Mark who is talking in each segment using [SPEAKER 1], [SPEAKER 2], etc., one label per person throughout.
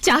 [SPEAKER 1] 家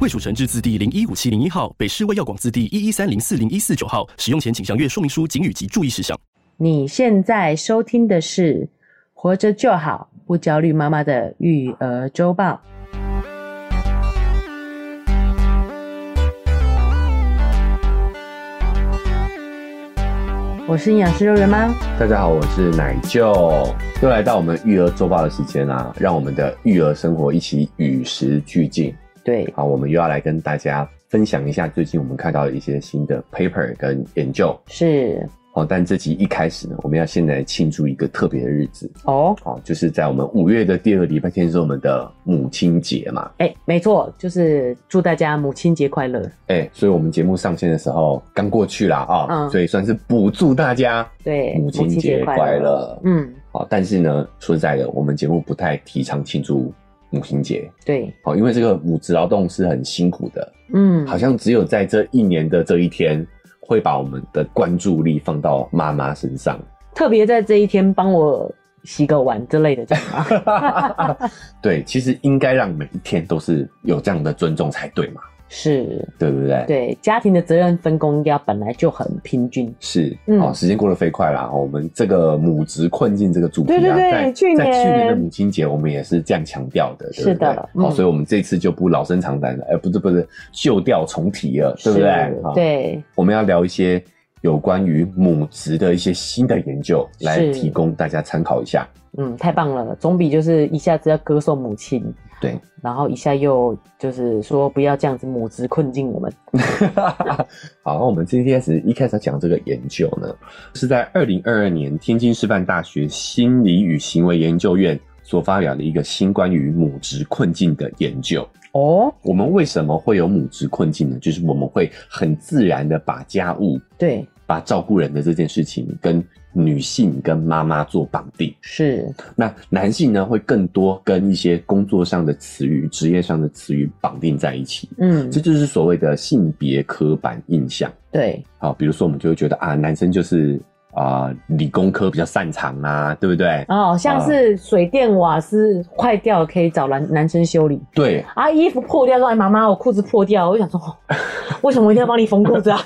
[SPEAKER 2] 卫蜀成字字第零一五七零一号，北市卫药广字第一一三零四零一四九号。使用前请详阅说明书、警语及注意事项。
[SPEAKER 3] 你现在收听的是《活着就好不焦虑妈妈的育儿周报》。我是营养师肉圆妈，
[SPEAKER 4] 大家好，我是奶舅，又来到我们育儿周报的时间啦、啊让我们的育儿生活一起与时俱进。
[SPEAKER 3] 对，
[SPEAKER 4] 好，我们又要来跟大家分享一下最近我们看到的一些新的 paper 跟研究。
[SPEAKER 3] 是
[SPEAKER 4] 好，但这集一开始呢，我们要先来庆祝一个特别的日子，
[SPEAKER 3] 哦，
[SPEAKER 4] 好，就是在我们五月的第二个礼拜天是我们的母亲节嘛，
[SPEAKER 3] 哎，没错，就是祝大家母亲节快乐。
[SPEAKER 4] 哎、所以我们节目上线的时候刚过去啦啊、
[SPEAKER 3] 嗯
[SPEAKER 4] 所以算是补助大家
[SPEAKER 3] 对，
[SPEAKER 4] 母亲节快乐。
[SPEAKER 3] 嗯，
[SPEAKER 4] 好，但是呢，说实在的，我们节目不太提倡庆祝母亲节，
[SPEAKER 3] 对，
[SPEAKER 4] 好，因为这个母职劳动是很辛苦的，
[SPEAKER 3] 嗯，
[SPEAKER 4] 好像只有在这一年的这一天，会把我们的关注力放到妈妈身上。
[SPEAKER 3] 特别在这一天帮我洗个碗之类的，这样啊 吗
[SPEAKER 4] 对，其实应该让每一天都是有这样的尊重才对嘛，
[SPEAKER 3] 是。
[SPEAKER 4] 对不对？。
[SPEAKER 3] 对家庭的责任分工应该本来就很平均，
[SPEAKER 4] 是，
[SPEAKER 3] 嗯
[SPEAKER 4] 哦，时间过得飞快啦。哦我们这个母职困境这个主题啊，
[SPEAKER 3] 对对对
[SPEAKER 4] 在
[SPEAKER 3] 去
[SPEAKER 4] 在去年的
[SPEAKER 3] 年
[SPEAKER 4] 母亲节，我们也是这样强调的，对不
[SPEAKER 3] 是的
[SPEAKER 4] 对好，
[SPEAKER 3] 嗯
[SPEAKER 4] 所以我们这次就不老生常谈了，哎，不是不是，旧调重提了，对不对？
[SPEAKER 3] 是
[SPEAKER 4] 好，
[SPEAKER 3] 对，
[SPEAKER 4] 我们要聊一些有关于母职的一些新的研究，来
[SPEAKER 3] 是
[SPEAKER 4] 提供大家参考一下。
[SPEAKER 3] 嗯，太棒了，总比就是一下子要歌颂母亲，
[SPEAKER 4] 对，
[SPEAKER 3] 然后一下又就是说不要这样子母子困境我们，
[SPEAKER 4] 好，那我们今天开始一开始要讲这个研究呢，是在二零二二年天津师范大学心理与行为研究院所发表的一个新关于母职困境的研究。
[SPEAKER 3] 哦，
[SPEAKER 4] 我们为什么会有母职困境呢？就是我们会很自然的把家务、
[SPEAKER 3] 对，
[SPEAKER 4] 把照顾人的这件事情跟女性跟妈妈做绑定。
[SPEAKER 3] 是，
[SPEAKER 4] 那男性呢，会更多跟一些工作上的词语、职业上的词语绑定在一起。
[SPEAKER 3] 嗯
[SPEAKER 4] 这，就是所谓的性别刻板印象。
[SPEAKER 3] 对，
[SPEAKER 4] 好，比如说我们就会觉得啊，男生就是啊、理工科比较擅长啊，对不对？
[SPEAKER 3] 哦，像
[SPEAKER 4] 啊
[SPEAKER 3] 是水电瓦斯坏掉了可以找男男生修理
[SPEAKER 4] 对，
[SPEAKER 3] 啊，衣服破掉说哎妈妈我裤子破掉了，我就想说、哦 为什么我一定要帮你缝裤子 啊？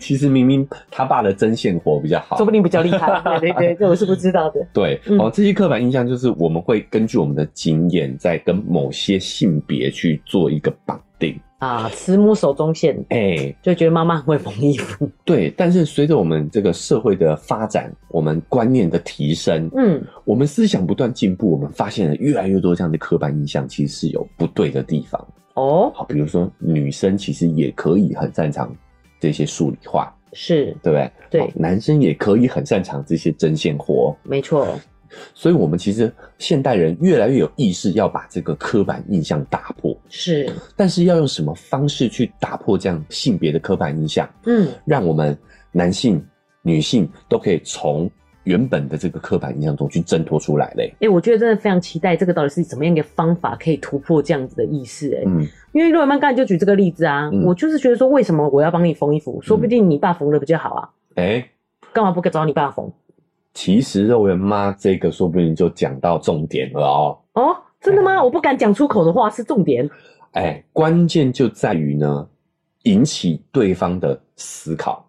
[SPEAKER 4] 其实明明他爸的针线活比较好
[SPEAKER 3] 说，不定比较厉害，对对对，这我是不知道的，
[SPEAKER 4] 对，
[SPEAKER 3] 嗯
[SPEAKER 4] 哦，这些刻板印象就是我们会根据我们的经验，在跟某些性别去做一个绑定。
[SPEAKER 3] 啊，慈母手中线，
[SPEAKER 4] 哎、
[SPEAKER 3] 就觉得妈妈很会缝衣服，
[SPEAKER 4] 对，但是随着我们这个社会的发展，我们观念的提升，
[SPEAKER 3] 嗯。
[SPEAKER 4] 我们思想不断进步，我们发现了越来越多这样的刻板印象，其实是有不对的地方。
[SPEAKER 3] 哦，
[SPEAKER 4] 好，比如说女生其实也可以很擅长这些数理化，
[SPEAKER 3] 是
[SPEAKER 4] 对不对？
[SPEAKER 3] 对
[SPEAKER 4] 好男生也可以很擅长这些针线活，
[SPEAKER 3] 没错，
[SPEAKER 4] 所以我们其实现代人越来越有意识要把这个刻板印象打破，
[SPEAKER 3] 是
[SPEAKER 4] 但是要用什么方式去打破这样性别的刻板印象，
[SPEAKER 3] 嗯，
[SPEAKER 4] 让我们男性、女性都可以从原本的这个刻板印象中去挣脱出来嘞。
[SPEAKER 3] 哎、我觉得真的非常期待这个到底是怎么样一个方法可以突破这样子的意识、哎、
[SPEAKER 4] 嗯，
[SPEAKER 3] 因为洛曼刚才就举这个例子啊，
[SPEAKER 4] 嗯
[SPEAKER 3] 我就是觉得说，为什么我要帮你缝衣服？说不定你爸缝的比较好啊，
[SPEAKER 4] 哎、
[SPEAKER 3] 干嘛不找你爸缝？
[SPEAKER 4] 其实肉圆妈这个说不定就讲到重点了哦。
[SPEAKER 3] 哦，真的吗？我不敢讲出口的话是重点
[SPEAKER 4] 哎，关键就在于呢，引起对方的思考，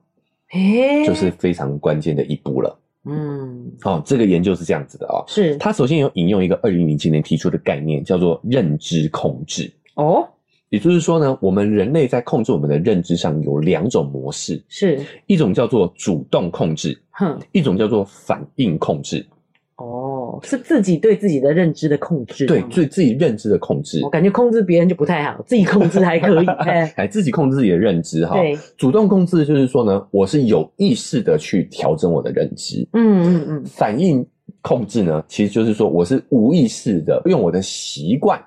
[SPEAKER 3] 哎、
[SPEAKER 4] 就是非常关键的一步了。
[SPEAKER 3] 嗯，
[SPEAKER 4] 哦，这个研究是这样子的哦，
[SPEAKER 3] 是
[SPEAKER 4] 它首先有引用一个二零零七年提出的概念，叫做认知控制。
[SPEAKER 3] 哦，
[SPEAKER 4] 也就是说呢，我们人类在控制我们的认知上有两种模式，
[SPEAKER 3] 是
[SPEAKER 4] 一种叫做主动控制，
[SPEAKER 3] 哼
[SPEAKER 4] 一种叫做反应控制。
[SPEAKER 3] 哦，是自己对自己的认知的控制，
[SPEAKER 4] 对，
[SPEAKER 3] 这样吗
[SPEAKER 4] 对自己认知的控制
[SPEAKER 3] 我，感觉控制别人就不太好，自己控制还 可以，哎、
[SPEAKER 4] 哎，自己控制自己的认知哈。
[SPEAKER 3] 对，
[SPEAKER 4] 主动控制就是说呢，我是有意识的去调整我的认知。
[SPEAKER 3] 嗯嗯嗯，
[SPEAKER 4] 反应控制呢，其实就是说我是无意识的用我的习惯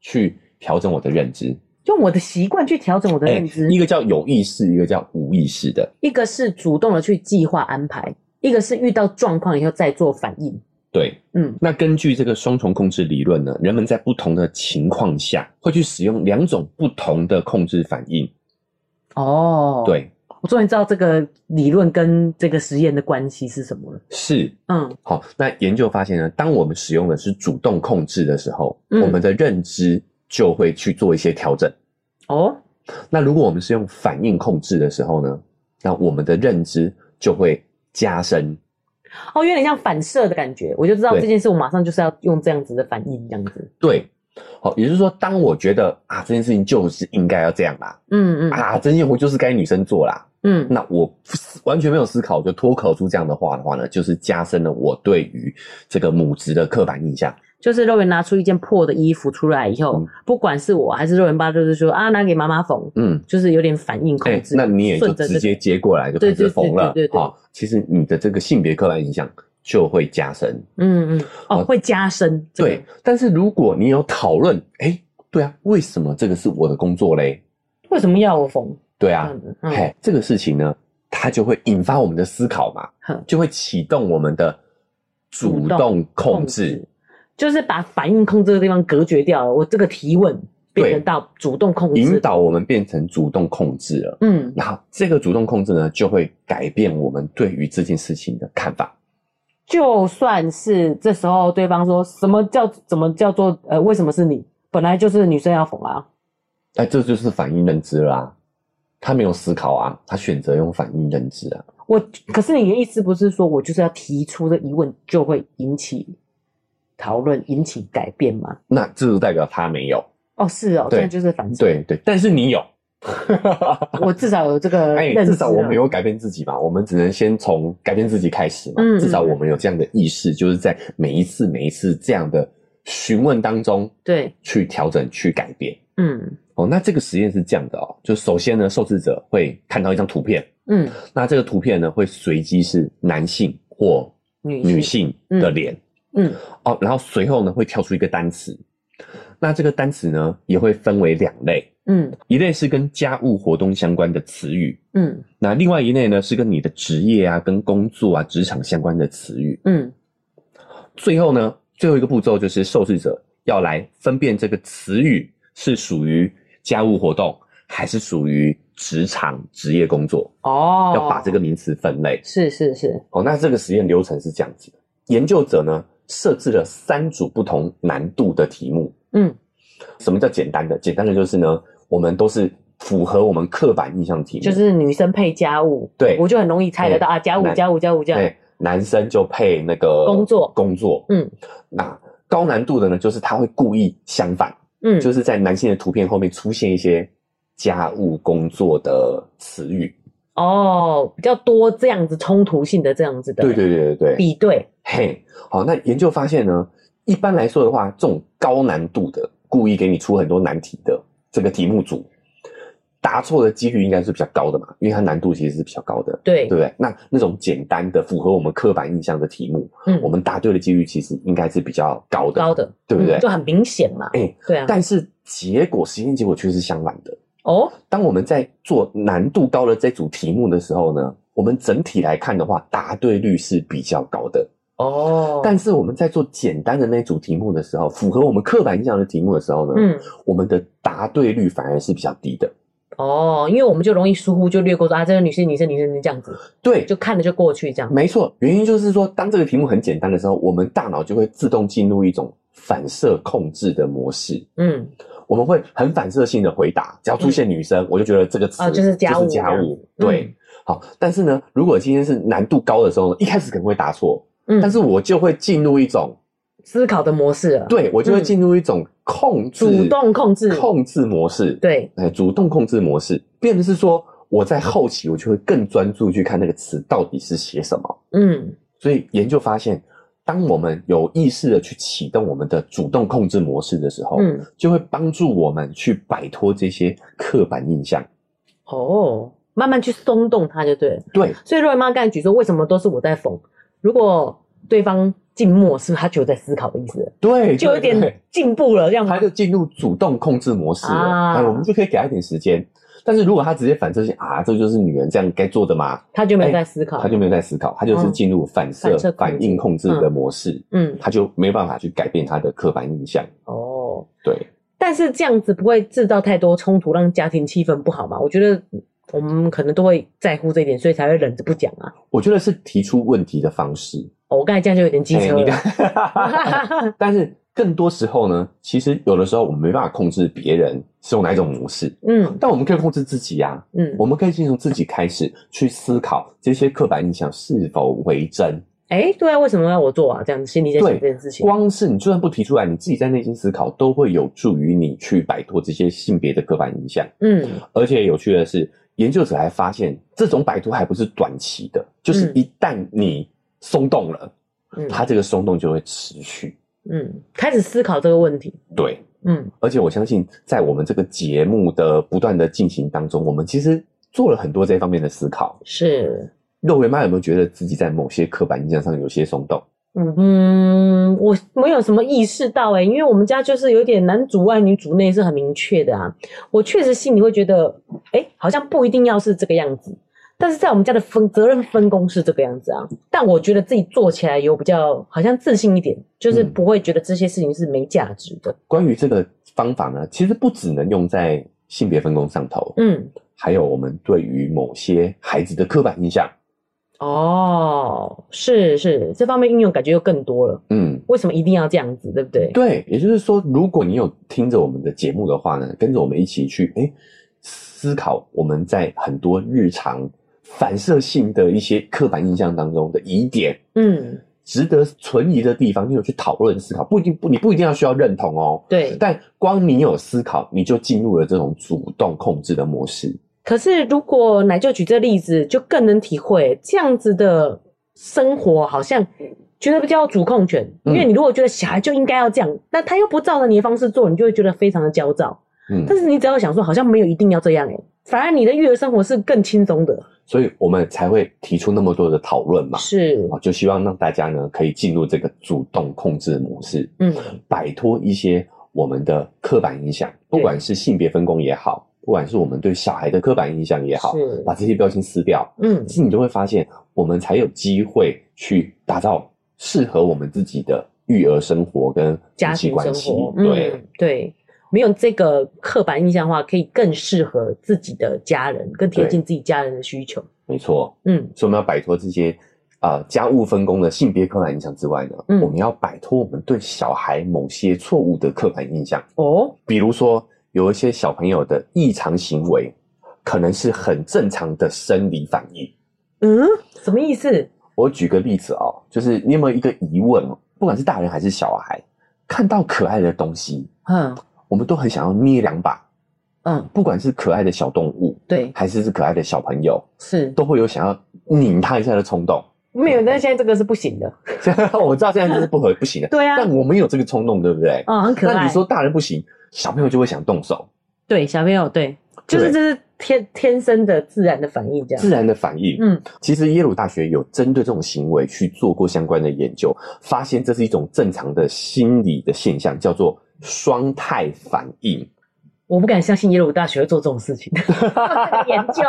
[SPEAKER 4] 去调整我的认知。
[SPEAKER 3] 用我的习惯去调整我的
[SPEAKER 4] 哎
[SPEAKER 3] 认知。
[SPEAKER 4] 一个叫有意识，一个叫无意识的。
[SPEAKER 3] 一个是主动的去计划安排，一个是遇到状况以后再做反应。
[SPEAKER 4] 对，
[SPEAKER 3] 嗯，
[SPEAKER 4] 那根据这个双重控制理论呢，人们在不同的情况下会去使用两种不同的控制反应。
[SPEAKER 3] 哦，，
[SPEAKER 4] 对，
[SPEAKER 3] 我终于知道这个理论跟这个实验的关系是什么了。
[SPEAKER 4] 是
[SPEAKER 3] 嗯，
[SPEAKER 4] 好。那研究发现呢，当我们使用的是主动控制的时候，
[SPEAKER 3] 嗯
[SPEAKER 4] 我们的认知就会去做一些调整。
[SPEAKER 3] 哦，
[SPEAKER 4] 那如果我们是用反应控制的时候呢，那我们的认知就会加深。
[SPEAKER 3] 哦，有点像反射的感觉，我就知道
[SPEAKER 4] 对
[SPEAKER 3] 这件事，我马上就是要用这样子的反应，这样子。
[SPEAKER 4] 对，好，也就是说，当我觉得啊这件事情就是应该要这样啦，
[SPEAKER 3] 嗯嗯
[SPEAKER 4] 啊这件活就是该女生做啦，
[SPEAKER 3] 嗯，
[SPEAKER 4] 那我思完全没有思考就脱口出这样的话的话呢，就是加深了我对于这个母职的刻板印象。
[SPEAKER 3] 就是肉圆拿出一件破的衣服出来以后，
[SPEAKER 4] 嗯
[SPEAKER 3] 不管是我还是肉圆爸，就是说啊，拿给妈妈缝，
[SPEAKER 4] 嗯，
[SPEAKER 3] 就是有点反应控
[SPEAKER 4] 哎、
[SPEAKER 3] 制。
[SPEAKER 4] 那你也就
[SPEAKER 3] 顺着这
[SPEAKER 4] 直接接过来就开
[SPEAKER 3] 对
[SPEAKER 4] 始
[SPEAKER 3] 对对
[SPEAKER 4] 缝了
[SPEAKER 3] 对对对，对
[SPEAKER 4] 好，其实你的这个性别刻板印象就会加深。
[SPEAKER 3] 嗯嗯，哦，
[SPEAKER 4] 哦
[SPEAKER 3] 会加深。这个
[SPEAKER 4] 对，，但是如果你有讨论，哎、对啊，为什么这个是我的工作嘞？
[SPEAKER 3] 为什么要我缝？
[SPEAKER 4] 对啊，
[SPEAKER 3] 嗯嗯
[SPEAKER 4] 嘿，这个事情呢，它就会引发我们的思考嘛
[SPEAKER 3] 哼，
[SPEAKER 4] 就会启动我们的主
[SPEAKER 3] 主
[SPEAKER 4] 动
[SPEAKER 3] 动
[SPEAKER 4] 控制。，
[SPEAKER 3] 就是把反应控制的地方隔绝掉了。我这个提问变成到主动控制，
[SPEAKER 4] 引导我们变成主动控制了。
[SPEAKER 3] 嗯，
[SPEAKER 4] 然后这个主动控制呢，就会改变我们对于这件事情的看法。
[SPEAKER 3] 就算是这时候对方说什么叫怎么叫做呃，为什么是你？本来就是女生要缝啊，
[SPEAKER 4] 哎，这就是反应认知啦、他没有思考啊，他选择用反应认知啊。
[SPEAKER 3] 我可是你的意思不是说我就是要提出的疑问就会引起讨论、引起改变吗？
[SPEAKER 4] 那这就代表他没有，
[SPEAKER 3] 哦，是哦，
[SPEAKER 4] 对
[SPEAKER 3] 这样就是反射。
[SPEAKER 4] 对对，但是你有。
[SPEAKER 3] 我至少有这个
[SPEAKER 4] 哎，
[SPEAKER 3] 认知啊
[SPEAKER 4] 至
[SPEAKER 3] 了，
[SPEAKER 4] 少我们有改变自己嘛，我们只能先从改变自己开始嘛。
[SPEAKER 3] 嗯
[SPEAKER 4] 至少我们有这样的意识，就是在每一次每一次这样的询问当中
[SPEAKER 3] 对，
[SPEAKER 4] 去调整、去改变。
[SPEAKER 3] 嗯
[SPEAKER 4] 哦，那这个实验是这样的哦，就首先呢，受试者会看到一张图片，
[SPEAKER 3] 嗯，
[SPEAKER 4] 那这个图片呢会随机是男性或
[SPEAKER 3] 女
[SPEAKER 4] 女，性的脸、
[SPEAKER 3] 嗯
[SPEAKER 4] 哦，然后随后呢会跳出一个单词，那这个单词呢也会分为两类，
[SPEAKER 3] 嗯
[SPEAKER 4] 一类是跟家务活动相关的词语，
[SPEAKER 3] 嗯
[SPEAKER 4] 那另外一类呢是跟你的职业啊、跟工作啊、职场相关的词语。
[SPEAKER 3] 嗯
[SPEAKER 4] 最后呢，最后一个步骤就是受试者要来分辨这个词语是属于家务活动还是属于职场职业工作，
[SPEAKER 3] 哦，
[SPEAKER 4] 要把这个名词分类。
[SPEAKER 3] 是是是，
[SPEAKER 4] 哦，那这个实验流程是这样子的：研究者呢设置了三组不同难度的题目。
[SPEAKER 3] 嗯
[SPEAKER 4] 什么叫简单的？简单的就是呢，我们都是符合我们刻板印象的题目，
[SPEAKER 3] 就是女生配家务，
[SPEAKER 4] 嗯对
[SPEAKER 3] 我就很容易猜得到
[SPEAKER 4] 哎
[SPEAKER 3] 啊，家务
[SPEAKER 4] 男
[SPEAKER 3] 家务家务家务
[SPEAKER 4] 对，男生就配那个
[SPEAKER 3] 工作
[SPEAKER 4] 工作，
[SPEAKER 3] 嗯，
[SPEAKER 4] 那高难度的呢，就是他会故意相反，
[SPEAKER 3] 嗯，
[SPEAKER 4] 就是是在男性的图片后面出现一些家务工作的词语，
[SPEAKER 3] 哦，比较多这样子冲突性的这样子的，
[SPEAKER 4] 对对对对对，
[SPEAKER 3] 比对，
[SPEAKER 4] 嘿，好，那研究发现呢，一般来说的话，这种高难度的故意给你出很多难题的这个题目组，答错的几率应该是比较高的嘛，因为它难度其实是比较高的。
[SPEAKER 3] 对
[SPEAKER 4] 对不对？那那种简单的、符合我们刻板印象的题目，
[SPEAKER 3] 嗯
[SPEAKER 4] 我们答对的几率其实应该是比较高的，
[SPEAKER 3] 高的，
[SPEAKER 4] 对不对
[SPEAKER 3] 嗯就很明显嘛，
[SPEAKER 4] 哎
[SPEAKER 3] 对啊，
[SPEAKER 4] 但是结果实验结果却是相反的。
[SPEAKER 3] 哦，
[SPEAKER 4] 当我们在做难度高的这组题目的时候呢，我们整体来看的话，答对率是比较高的。
[SPEAKER 3] 哦，
[SPEAKER 4] 但是我们在做简单的那组题目的时候，符合我们刻板印象的题目的时候呢，
[SPEAKER 3] 嗯，
[SPEAKER 4] 我们的答对率反而是比较低的。
[SPEAKER 3] 哦，因为我们就容易疏忽，就略过说啊，这个女性、女生、女生这样子，
[SPEAKER 4] 对，
[SPEAKER 3] 就看了就过去这样。
[SPEAKER 4] 没错，原因就是说，当这个题目很简单的时候，我们大脑就会自动进入一种反射控制的模式，
[SPEAKER 3] 嗯，
[SPEAKER 4] 我们会很反射性的回答，只要出现女生，我就觉得这个词、
[SPEAKER 3] 啊就是家务这样
[SPEAKER 4] 对。
[SPEAKER 3] 嗯
[SPEAKER 4] 好，但是呢，如果今天是难度高的时候呢，一开始可能会答错，
[SPEAKER 3] 嗯，
[SPEAKER 4] 但是我就会进入一种，
[SPEAKER 3] 思考的模式了，
[SPEAKER 4] 对我就会
[SPEAKER 3] 嗯
[SPEAKER 4] 进入一种控制、
[SPEAKER 3] 主动控制
[SPEAKER 4] 控制模式，，
[SPEAKER 3] 对，
[SPEAKER 4] 哎，主动控制模式，变的是说，我在后期我就会更专注去看那个词到底是写什么。
[SPEAKER 3] 嗯，
[SPEAKER 4] 所以研究发现，当我们有意识的去启动我们的主动控制模式的时候，
[SPEAKER 3] 嗯，
[SPEAKER 4] 就会帮助我们去摆脱这些刻板印象。
[SPEAKER 3] 哦，慢慢去松动它就对了。
[SPEAKER 4] 对，
[SPEAKER 3] 所以若瑞妈刚才举说，为什么都是我在缝？如果对方静默，是不是他就有在思考的意思了？
[SPEAKER 4] 对，
[SPEAKER 3] 就有
[SPEAKER 4] 对对
[SPEAKER 3] 点进步了，这样
[SPEAKER 4] 他就进入主动控制模式了，
[SPEAKER 3] 啊
[SPEAKER 4] 哎，我们就可以给他一点时间。但是如果他直接反射性啊，这就是女人这样该做的嘛，
[SPEAKER 3] 他就没有在思考，
[SPEAKER 4] 哎他就没有在思考，他就是进入反射、
[SPEAKER 3] 啊嗯反射控制
[SPEAKER 4] 反应控制的模式，
[SPEAKER 3] 嗯
[SPEAKER 4] 他就没有办法去改变他的刻板印象。
[SPEAKER 3] 哦。
[SPEAKER 4] 对，
[SPEAKER 3] 但是这样子不会制造太多冲突，让家庭气氛不好嘛？我觉得我们可能都会在乎这一点，所以才会忍着不讲啊。
[SPEAKER 4] 我觉得是提出问题的方式。
[SPEAKER 3] 哦我刚才这样就有点机
[SPEAKER 4] 哎
[SPEAKER 3] 车
[SPEAKER 4] 你
[SPEAKER 3] 了。
[SPEAKER 4] 看 但是更多时候呢，其实有的时候我们没办法控制别人是用哪一种模式，
[SPEAKER 3] 嗯
[SPEAKER 4] 但我们可以控制自己呀、
[SPEAKER 3] 嗯
[SPEAKER 4] 我，们可以先从自己开始去思考这些刻板印象是否为真。
[SPEAKER 3] 哎、对啊，为什么要我做啊？这样子心里在想
[SPEAKER 4] 对
[SPEAKER 3] 这件事情。
[SPEAKER 4] 光是你就算不提出来，你自己在内心思考，都会有助于你去摆脱这些性别的刻板印象。
[SPEAKER 3] 嗯
[SPEAKER 4] 而且有趣的是，研究者还发现，这种摆脱还不是短期的，就是
[SPEAKER 3] 嗯
[SPEAKER 4] 一旦你松动了，
[SPEAKER 3] 嗯
[SPEAKER 4] 它这个松动就会持续。
[SPEAKER 3] 嗯，开始思考这个问题。
[SPEAKER 4] 对，
[SPEAKER 3] 嗯
[SPEAKER 4] 而且我相信，在我们这个节目的不断的进行当中，我们其实做了很多这方面的思考。
[SPEAKER 3] 是。
[SPEAKER 4] 肉圆妈有没有觉得自己在某些刻板印象上有些松动？
[SPEAKER 3] 嗯，我没有什么意识到哎、因为我们家就是有点男主外女主内是很明确的啊。我确实心里会觉得，哎、好像不一定要是这个样子，但是在我们家的分责任分工是这个样子啊。但我觉得自己做起来有比较好像自信一点，就是
[SPEAKER 4] 嗯
[SPEAKER 3] 不会觉得这些事情是没价值的。
[SPEAKER 4] 关于这个方法呢，其实不只能用在性别分工上头，
[SPEAKER 3] 嗯，
[SPEAKER 4] 还有我们对于某些孩子的刻板印象。
[SPEAKER 3] 哦，是是，这方面应用感觉又更多了。
[SPEAKER 4] 嗯，
[SPEAKER 3] 为什么一定要这样子，对不对？
[SPEAKER 4] 对，也就是说，如果你有听着我们的节目的话呢，跟着我们一起去哎思考我们在很多日常反射性的一些刻板印象当中的疑点，
[SPEAKER 3] 嗯，
[SPEAKER 4] 值得存疑的地方，你有去讨论思考，不一定不你不一定要需要认同哦，
[SPEAKER 3] 对。
[SPEAKER 4] 但光你有思考，你就进入了这种主动控制的模式。
[SPEAKER 3] 可是如果奶就举这例子，就更能体会这样子的生活，好像觉得比较有主控权。
[SPEAKER 4] 嗯
[SPEAKER 3] 因为你如果觉得小孩就应该要这样，那他又不照着你的方式做，你就会觉得非常的焦躁。
[SPEAKER 4] 嗯，
[SPEAKER 3] 但是你只要想说，好像没有一定要这样诶、反而你的育儿生活是更轻松的。
[SPEAKER 4] 所以我们才会提出那么多的讨论嘛。
[SPEAKER 3] 是，
[SPEAKER 4] 啊，就希望让大家呢可以进入这个主动控制的模式，
[SPEAKER 3] 嗯
[SPEAKER 4] 摆脱一些我们的刻板印象，不
[SPEAKER 3] 对
[SPEAKER 4] 管是性别分工也好，不管是我们对小孩的刻板印象也好
[SPEAKER 3] 是，
[SPEAKER 4] 把这些标签撕掉，
[SPEAKER 3] 嗯
[SPEAKER 4] 其实你就会发现，我们才有机会去打造适合我们自己的育儿生活跟
[SPEAKER 3] 家
[SPEAKER 4] 夫妻
[SPEAKER 3] 庭
[SPEAKER 4] 关
[SPEAKER 3] 生
[SPEAKER 4] 系
[SPEAKER 3] 活，。
[SPEAKER 4] 对，
[SPEAKER 3] 嗯对，没有这个刻板印象的话，可以更适合自己的家人，更贴近自己家人的需求。
[SPEAKER 4] 没错。
[SPEAKER 3] 嗯
[SPEAKER 4] 所以我们要摆脱这些呃家务分工的性别刻板印象之外呢，
[SPEAKER 3] 嗯
[SPEAKER 4] 我们要摆脱我们对小孩某些错误的刻板印象，
[SPEAKER 3] 哦，
[SPEAKER 4] 比如说有一些小朋友的异常行为，可能是很正常的生理反应。
[SPEAKER 3] 嗯，什么意思？
[SPEAKER 4] 我举个例子哦，就是你有没有一个疑问哦？不管是大人还是小孩，看到可爱的东西，
[SPEAKER 3] 嗯
[SPEAKER 4] 我们都很想要捏两把，
[SPEAKER 3] 嗯，
[SPEAKER 4] 不管是可爱的小动物，
[SPEAKER 3] 对，
[SPEAKER 4] 还是是可爱的小朋友，
[SPEAKER 3] 是
[SPEAKER 4] 都会有想要拧他一下的冲动。
[SPEAKER 3] 没有，但现在这个是不行的。
[SPEAKER 4] 我知道现在这是不合不行的，
[SPEAKER 3] 对啊
[SPEAKER 4] 但我们有这个冲动，对不对？
[SPEAKER 3] 嗯，很可爱。
[SPEAKER 4] 那你说大人不行，小朋友就会想动手，
[SPEAKER 3] 对，小朋友对，就是这是天天生的自然的反应，这样。
[SPEAKER 4] 自然的反应。
[SPEAKER 3] 嗯，
[SPEAKER 4] 其实耶鲁大学有针对这种行为去做过相关的研究，发现这是一种正常的心理的现象，叫做双态反应。
[SPEAKER 3] 我不敢相信耶鲁大学会做这种事 情。研究，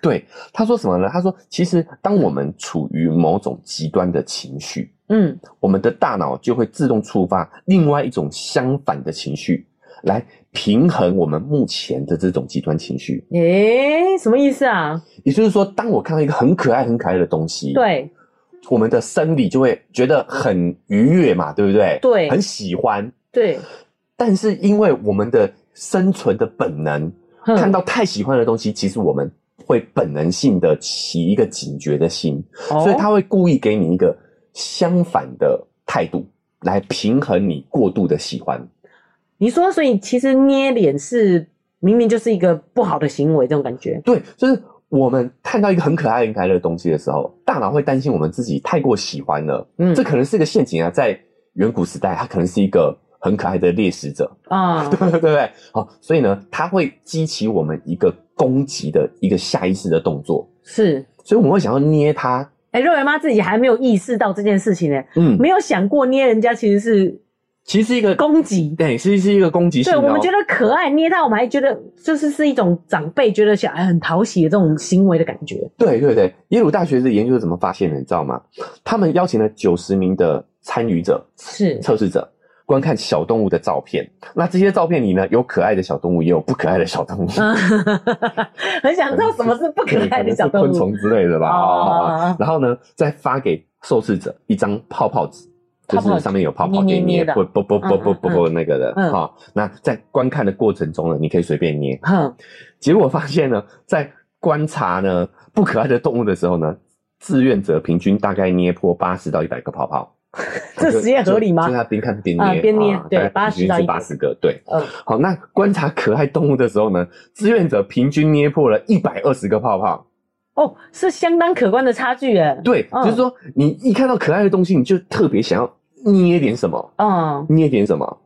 [SPEAKER 4] 对，他说什么呢？他说，其实当我们处于某种极端的情绪，
[SPEAKER 3] 嗯，
[SPEAKER 4] 我们的大脑就会自动触发另外一种相反的情绪，来平衡我们目前的这种极端情绪。
[SPEAKER 3] 诶，什么意思啊？
[SPEAKER 4] 也就是说，当我看到一个很可爱、很可爱的东西，，
[SPEAKER 3] 对，
[SPEAKER 4] 我们的生理就会觉得很愉悦嘛，对不对？
[SPEAKER 3] 对
[SPEAKER 4] 很喜欢。
[SPEAKER 3] 对，
[SPEAKER 4] 但是因为我们的生存的本能，
[SPEAKER 3] 哼
[SPEAKER 4] 看到太喜欢的东西，其实我们会本能性的起一个警觉的心，
[SPEAKER 3] 哦
[SPEAKER 4] 所以他会故意给你一个相反的态度，来平衡你过度的喜欢。
[SPEAKER 3] 你说，所以其实捏脸是明明就是一个不好的行为，这种感觉。
[SPEAKER 4] 对，就是我们看到一个很可爱、很可爱的东西的时候，大脑会担心我们自己太过喜欢了，
[SPEAKER 3] 嗯
[SPEAKER 4] 这可能是个陷阱啊。在远古时代，它可能是一个很可爱的猎食者，
[SPEAKER 3] 啊，
[SPEAKER 4] 对不对？好，所以呢，它会激起我们一个攻击的一个下意识的动作，
[SPEAKER 3] 是，
[SPEAKER 4] 所以我们会想要捏它，
[SPEAKER 3] 哎、肉圆妈自己还没有意识到这件事情呢、
[SPEAKER 4] 嗯，
[SPEAKER 3] 没有想过捏人家其实是
[SPEAKER 4] 其实是一个
[SPEAKER 3] 攻击。
[SPEAKER 4] 对，是是一个攻击性
[SPEAKER 3] 对
[SPEAKER 4] 的哦、
[SPEAKER 3] 我们觉得可爱，捏到我们还觉得就是是一种长辈觉得小孩很讨喜的这种行为的感觉。
[SPEAKER 4] 对对对，耶鲁大学的研究是怎么发现的？你知道吗？他们邀请了九十名的参与者、
[SPEAKER 3] 是
[SPEAKER 4] 测试者观看小动物的照片。那这些照片里呢，有可爱的小动物，也有不可爱的小动物。
[SPEAKER 3] 嗯，很想知道什么是 不可爱的小动
[SPEAKER 4] 可能是
[SPEAKER 3] 物。
[SPEAKER 4] 昆虫之类的吧。
[SPEAKER 3] 哦
[SPEAKER 4] 哦然后呢，再发给受试者一张泡泡纸，就
[SPEAKER 3] 泡泡纸
[SPEAKER 4] 是上面有泡泡给
[SPEAKER 3] 捏捏
[SPEAKER 4] 你
[SPEAKER 3] 捏的
[SPEAKER 4] 啵啵啵啵啵啵啵那个的。
[SPEAKER 3] 嗯
[SPEAKER 4] 好，那在观看的过程中呢，你可以随便捏。
[SPEAKER 3] 哼，
[SPEAKER 4] 结果发现呢， 在观察呢不可爱的动物的时候呢，志愿者平均大概捏破八十到一百个泡泡。
[SPEAKER 3] 这实验合理吗
[SPEAKER 4] 就就他边看边
[SPEAKER 3] 啊
[SPEAKER 4] 捏，
[SPEAKER 3] 边捏对80到
[SPEAKER 4] 八十个，对。
[SPEAKER 3] 嗯，
[SPEAKER 4] 好，那观察可爱动物的时候呢，志愿者平均捏破了一百二十个泡泡。
[SPEAKER 3] 哦，是相当可观的差距哎。
[SPEAKER 4] 对，
[SPEAKER 3] 嗯
[SPEAKER 4] 就是说你一看到可爱的东西，你就特别想要捏点什么，
[SPEAKER 3] 嗯，
[SPEAKER 4] 捏点什么。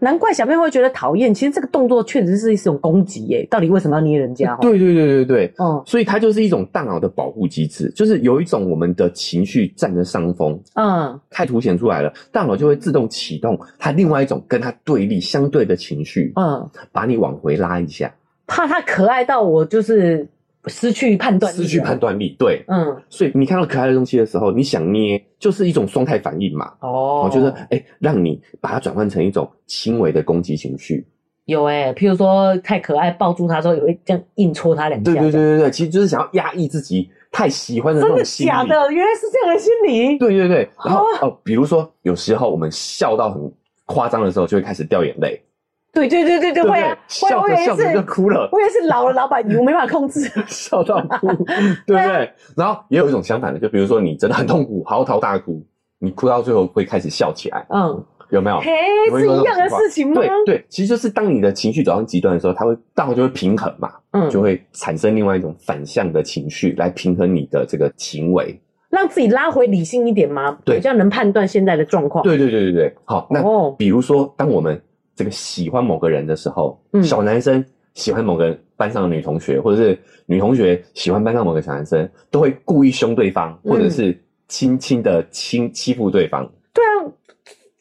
[SPEAKER 3] 难怪小朋友会觉得讨厌。其实这个动作确实是一种攻击耶，到底为什么要捏人家？，
[SPEAKER 4] 对对对对对，
[SPEAKER 3] 嗯
[SPEAKER 4] 所以它就是一种大脑的保护机制，就是有一种我们的情绪占着上风，
[SPEAKER 3] 嗯，
[SPEAKER 4] 太凸显出来了，大脑就会自动启动它另外一种跟它对立相对的情绪，
[SPEAKER 3] 嗯，
[SPEAKER 4] 把你往回拉一下，
[SPEAKER 3] 怕他可爱到我就是失去判断，
[SPEAKER 4] 失去判。断力。对，
[SPEAKER 3] 嗯，
[SPEAKER 4] 所以你看到可爱的东西的时候，你想捏，就是一种双态反应嘛。
[SPEAKER 3] 哦
[SPEAKER 4] 我觉得，哎、让你把它转换成一种轻微的攻击情绪，
[SPEAKER 3] 有哎、譬如说太可爱，抱住他之后也会这样硬戳他两下。
[SPEAKER 4] 对对对，对对，其实就是想要压抑自己太喜欢的那
[SPEAKER 3] 真的
[SPEAKER 4] 种心理。
[SPEAKER 3] 假的？原来是这样的心理。
[SPEAKER 4] 对对对，然后
[SPEAKER 3] 啊
[SPEAKER 4] 哦，比如说有时候我们笑到很夸张的时候，就会开始掉眼泪，
[SPEAKER 3] 对对对对对，
[SPEAKER 4] 不
[SPEAKER 3] 会
[SPEAKER 4] 对
[SPEAKER 3] 啊？，会啊，
[SPEAKER 4] 笑
[SPEAKER 3] 我
[SPEAKER 4] 着
[SPEAKER 3] 也，
[SPEAKER 4] 笑着就是哭 了，
[SPEAKER 3] 我也是老了，老板我没办法控 制。
[SPEAKER 4] 笑到 哭，对不
[SPEAKER 3] 啊
[SPEAKER 4] 对？然后也有一种相反的，就比如说你真的很痛苦，嚎啕大哭，你哭到最后会开始笑起来，
[SPEAKER 3] 嗯，
[SPEAKER 4] 有没有？
[SPEAKER 3] 嘿，嗯
[SPEAKER 4] 你会
[SPEAKER 3] 是
[SPEAKER 4] 有
[SPEAKER 3] 一
[SPEAKER 4] 这种
[SPEAKER 3] 样的
[SPEAKER 4] 情况
[SPEAKER 3] 事情吗？
[SPEAKER 4] 对对，其实就是当你的情绪走向极端的时候，它会大脑就会平衡嘛，
[SPEAKER 3] 嗯，
[SPEAKER 4] 就会产生另外一种反向的情绪来平衡你的这个行为。
[SPEAKER 3] 让自己拉回理性一点吗？
[SPEAKER 4] 对
[SPEAKER 3] 比较能判断现在的状况。，
[SPEAKER 4] 对对对对对，好，那
[SPEAKER 3] 哦，
[SPEAKER 4] 比如说，当我们这个喜欢某个人的时候，
[SPEAKER 3] 嗯
[SPEAKER 4] 小男生喜欢某个班上的女同学，或者是女同学喜欢班上某个小男生，都会故意凶对方，
[SPEAKER 3] 嗯
[SPEAKER 4] 或者是轻轻的轻欺负对方。
[SPEAKER 3] 对啊，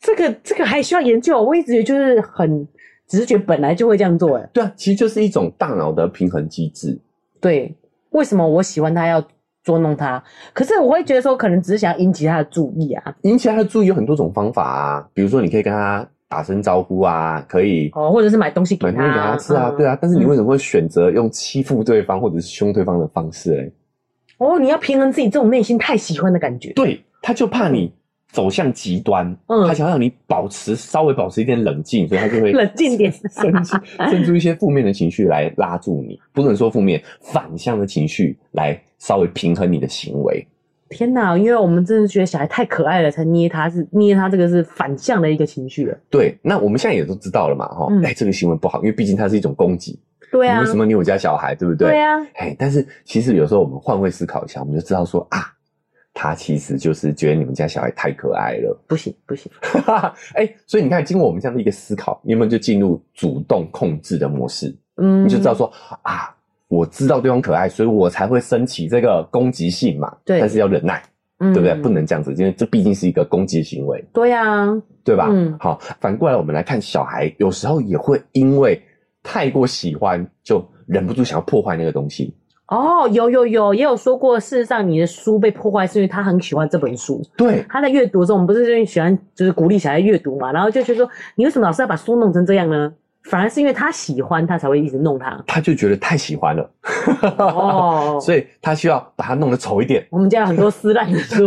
[SPEAKER 3] 这个这个还需要研究。我一直觉得就是很直觉，本来就会这样做。哎，
[SPEAKER 4] 对啊，其实就是一种大脑的平衡机制。
[SPEAKER 3] 对，为什么我喜欢他要捉弄他？可是我会觉得说，可能只是想要引起他的注意啊，
[SPEAKER 4] 引起他的注意有很多种方法啊，比如说你可以跟他打声招呼啊，可以。
[SPEAKER 3] 哦，或者是买东西给
[SPEAKER 4] 买
[SPEAKER 3] 他，
[SPEAKER 4] 东西给他吃啊，
[SPEAKER 3] 嗯
[SPEAKER 4] 对啊，但是你为什么会选择用欺负对方或者是凶对方的方式嘞？
[SPEAKER 3] 哦，你要平衡自己这种内心太喜欢的感觉。
[SPEAKER 4] 对，他就怕你走向极端，
[SPEAKER 3] 嗯
[SPEAKER 4] 他想让你保持稍微保持一点冷静，所以他就 会
[SPEAKER 3] 冷静 点
[SPEAKER 4] 生出生出一些负面的情绪来拉住你，不能说负面，反向的情绪来稍微平衡你的行为。
[SPEAKER 3] 天哪，因为我们真的觉得小孩太可爱了，才捏他是捏他这个是反向的一个情绪了。
[SPEAKER 4] 对，那我们现在也都知道了嘛，哈、
[SPEAKER 3] 嗯
[SPEAKER 4] 哎，这个行为不好，因为毕竟它是一种攻击。
[SPEAKER 3] 对啊，
[SPEAKER 4] 你为什么你我家小孩，对不对？
[SPEAKER 3] 对啊，
[SPEAKER 4] 哎，但是其实有时候我们换位思考一下，我们就知道说啊，他其实就是觉得你们家小孩太可爱了。
[SPEAKER 3] 不行不行，
[SPEAKER 4] 哈哈，哎，所以你看，经过我们这样的一个思考，你有没有就进入主动控制的模式？
[SPEAKER 3] 嗯，
[SPEAKER 4] 你就知道说啊，我知道对方可爱，所以我才会升起这个攻击性嘛。
[SPEAKER 3] 对
[SPEAKER 4] 但是要忍耐，
[SPEAKER 3] 嗯，
[SPEAKER 4] 对
[SPEAKER 3] 对
[SPEAKER 4] 不对？不能这样子，因为这毕竟是一个攻击行为，
[SPEAKER 3] 对啊，
[SPEAKER 4] 对吧？
[SPEAKER 3] 嗯
[SPEAKER 4] 好，反过来我们来看，小孩有时候也会因为太过喜欢，就忍不住想要破坏那个东西。
[SPEAKER 3] 哦，有有有，也有说过，事实上你的书被破坏是因为他很喜欢这本书，
[SPEAKER 4] 对，
[SPEAKER 3] 他在阅读的时候，我们不是就喜欢就是鼓励小孩阅读嘛，然后就觉得说，你为什么老是要把书弄成这样呢？反而是因为他喜欢，他才会一直弄他。
[SPEAKER 4] 他就觉得太喜欢了，
[SPEAKER 3] 哦，
[SPEAKER 4] 所以他需要把它弄得丑一点。
[SPEAKER 3] 我们家有很多撕烂的书。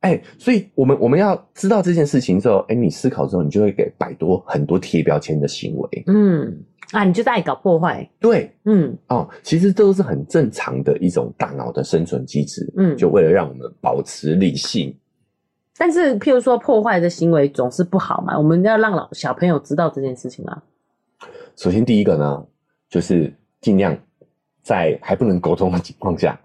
[SPEAKER 4] 哎、所以我们我们要知道这件事情之后，哎、你思考之后，你就会给摆脱很多贴标签的行为。
[SPEAKER 3] 嗯，啊，你就是爱搞破坏。
[SPEAKER 4] 对
[SPEAKER 3] 嗯
[SPEAKER 4] 哦，其实这都是很正常的一种大脑的生存机制。
[SPEAKER 3] 嗯，
[SPEAKER 4] 就为了让我们保持理性，
[SPEAKER 3] 但是譬如说破坏的行为总是不好嘛，我们要让老小朋友知道这件事情啊。
[SPEAKER 4] 首先第一个呢，就是尽量在还不能沟通的情况下，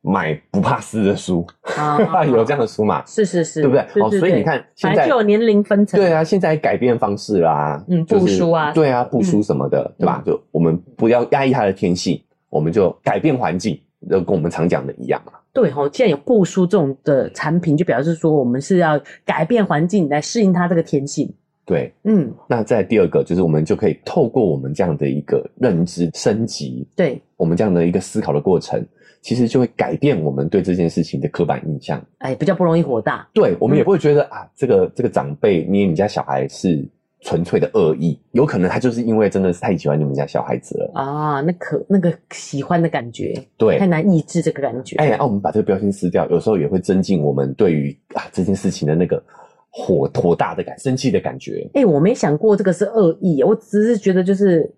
[SPEAKER 4] 买不怕撕的书，
[SPEAKER 3] 啊
[SPEAKER 4] 有这样的书嘛？
[SPEAKER 3] 是是是，
[SPEAKER 4] 对不对？
[SPEAKER 3] 对
[SPEAKER 4] 哦，所以你，看
[SPEAKER 3] 对本
[SPEAKER 4] 现
[SPEAKER 3] 来
[SPEAKER 4] 在
[SPEAKER 3] 就有年龄分层。
[SPEAKER 4] 对啊，现在改变方式啦，
[SPEAKER 3] 嗯
[SPEAKER 4] 就是
[SPEAKER 3] 布书啊
[SPEAKER 4] 对啊，布书什么的，
[SPEAKER 3] 嗯
[SPEAKER 4] 对吧？就我们不要压抑他的天性，我们就改变环境，就跟我们常讲的一样嘛。
[SPEAKER 3] 对哦，既然有布书这种的产品，就表示说我们是要改变环境来适应它这个天性。
[SPEAKER 4] 对，
[SPEAKER 3] 嗯，
[SPEAKER 4] 那再第二个就是我们就可以透过我们这样的一个认知升级，
[SPEAKER 3] 对，
[SPEAKER 4] 我们这样的一个思考的过程，其实就会改变我们对这件事情的刻板印象。
[SPEAKER 3] 哎，比较不容易火大。
[SPEAKER 4] 对我
[SPEAKER 3] 嗯
[SPEAKER 4] 们也不会觉得、啊，这个这个长辈捏你家小孩是纯粹的恶意，有可能他就是因为真的是太喜欢你们家小孩子了。
[SPEAKER 3] 啊，那可那个喜欢的感觉，
[SPEAKER 4] 对
[SPEAKER 3] 太，难抑制这个感觉。
[SPEAKER 4] 哎，那、我们把这个标签撕掉，有时候也会增进我们对于啊这件事情的那个火火大的感、生气的感觉。
[SPEAKER 3] 哎、我没想过这个是恶意，我只是觉得就是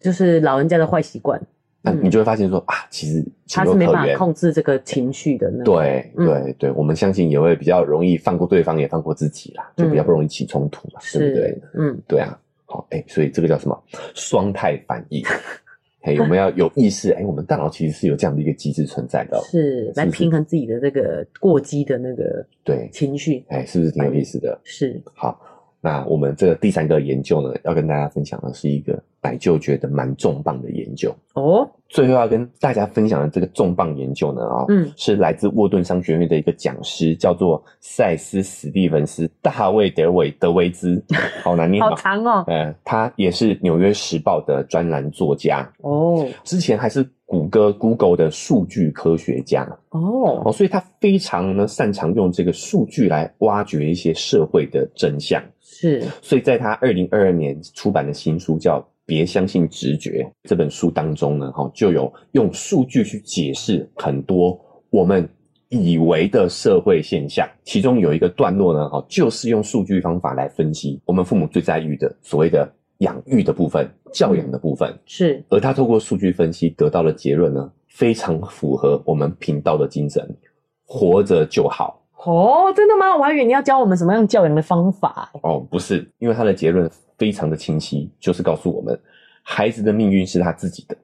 [SPEAKER 3] 就是老人家的坏习惯，
[SPEAKER 4] 那
[SPEAKER 3] 嗯
[SPEAKER 4] 你就会发现说、啊，其实情
[SPEAKER 3] 他是
[SPEAKER 4] 有
[SPEAKER 3] 没
[SPEAKER 4] 可
[SPEAKER 3] 办法
[SPEAKER 4] 原。
[SPEAKER 3] 控制这个情绪的那种。
[SPEAKER 4] 对
[SPEAKER 3] 嗯
[SPEAKER 4] 对对，我们相信也会比较容易放过对方，也放过自己啦，就比较不容易起冲突嘛，对
[SPEAKER 3] 嗯是，
[SPEAKER 4] 不对？
[SPEAKER 3] 嗯，
[SPEAKER 4] 对啊，好，哎，所以这个叫什么双态反应？嘿，我们要有意识，哎，我们大脑其实是有这样的一个机制存在的哦，
[SPEAKER 3] 是来
[SPEAKER 4] 是
[SPEAKER 3] 平衡自己的这个过激的那个
[SPEAKER 4] 对，
[SPEAKER 3] 情绪。
[SPEAKER 4] 哎，是不是挺有意思的？
[SPEAKER 3] 是，
[SPEAKER 4] 好，那我们这个第三个研究呢，要跟大家分享的是一个百就觉得蛮重磅的研究。
[SPEAKER 3] 哦，
[SPEAKER 4] 最后要跟大家分享的这个重磅研究呢，啊、
[SPEAKER 3] 嗯
[SPEAKER 4] 是来自沃顿商学院的一个讲师，叫做塞斯·史蒂文斯·大卫·德韦德维兹，好难念
[SPEAKER 3] 好
[SPEAKER 4] 吧？
[SPEAKER 3] 长哦，
[SPEAKER 4] 呃，他也是《纽约时报》的专栏作家，
[SPEAKER 3] 哦
[SPEAKER 4] 之前还是谷歌 Google 的数据科学家
[SPEAKER 3] 哦，
[SPEAKER 4] 哦，所以他非常呢擅长用这个数据来挖掘一些社会的真相。
[SPEAKER 3] 是，
[SPEAKER 4] 所以在他二零二二年出版的新书叫《别相信直觉》这本书当中呢，哈，就有用数据去解释很多我们以为的社会现象。其中有一个段落呢，哈，就是用数据方法来分析我们父母最在意的所谓的养育的部分、教养的部分。
[SPEAKER 3] 是
[SPEAKER 4] 而他透过数据分析得到的结论呢，非常符合我们频道的精神：活着就好。
[SPEAKER 3] 哦，真的吗？我还以为你要教我们什么样教养的方法。
[SPEAKER 4] 哦，不是，因为他的结论非常的清晰，就是告诉我们，孩子的命运是他自己的，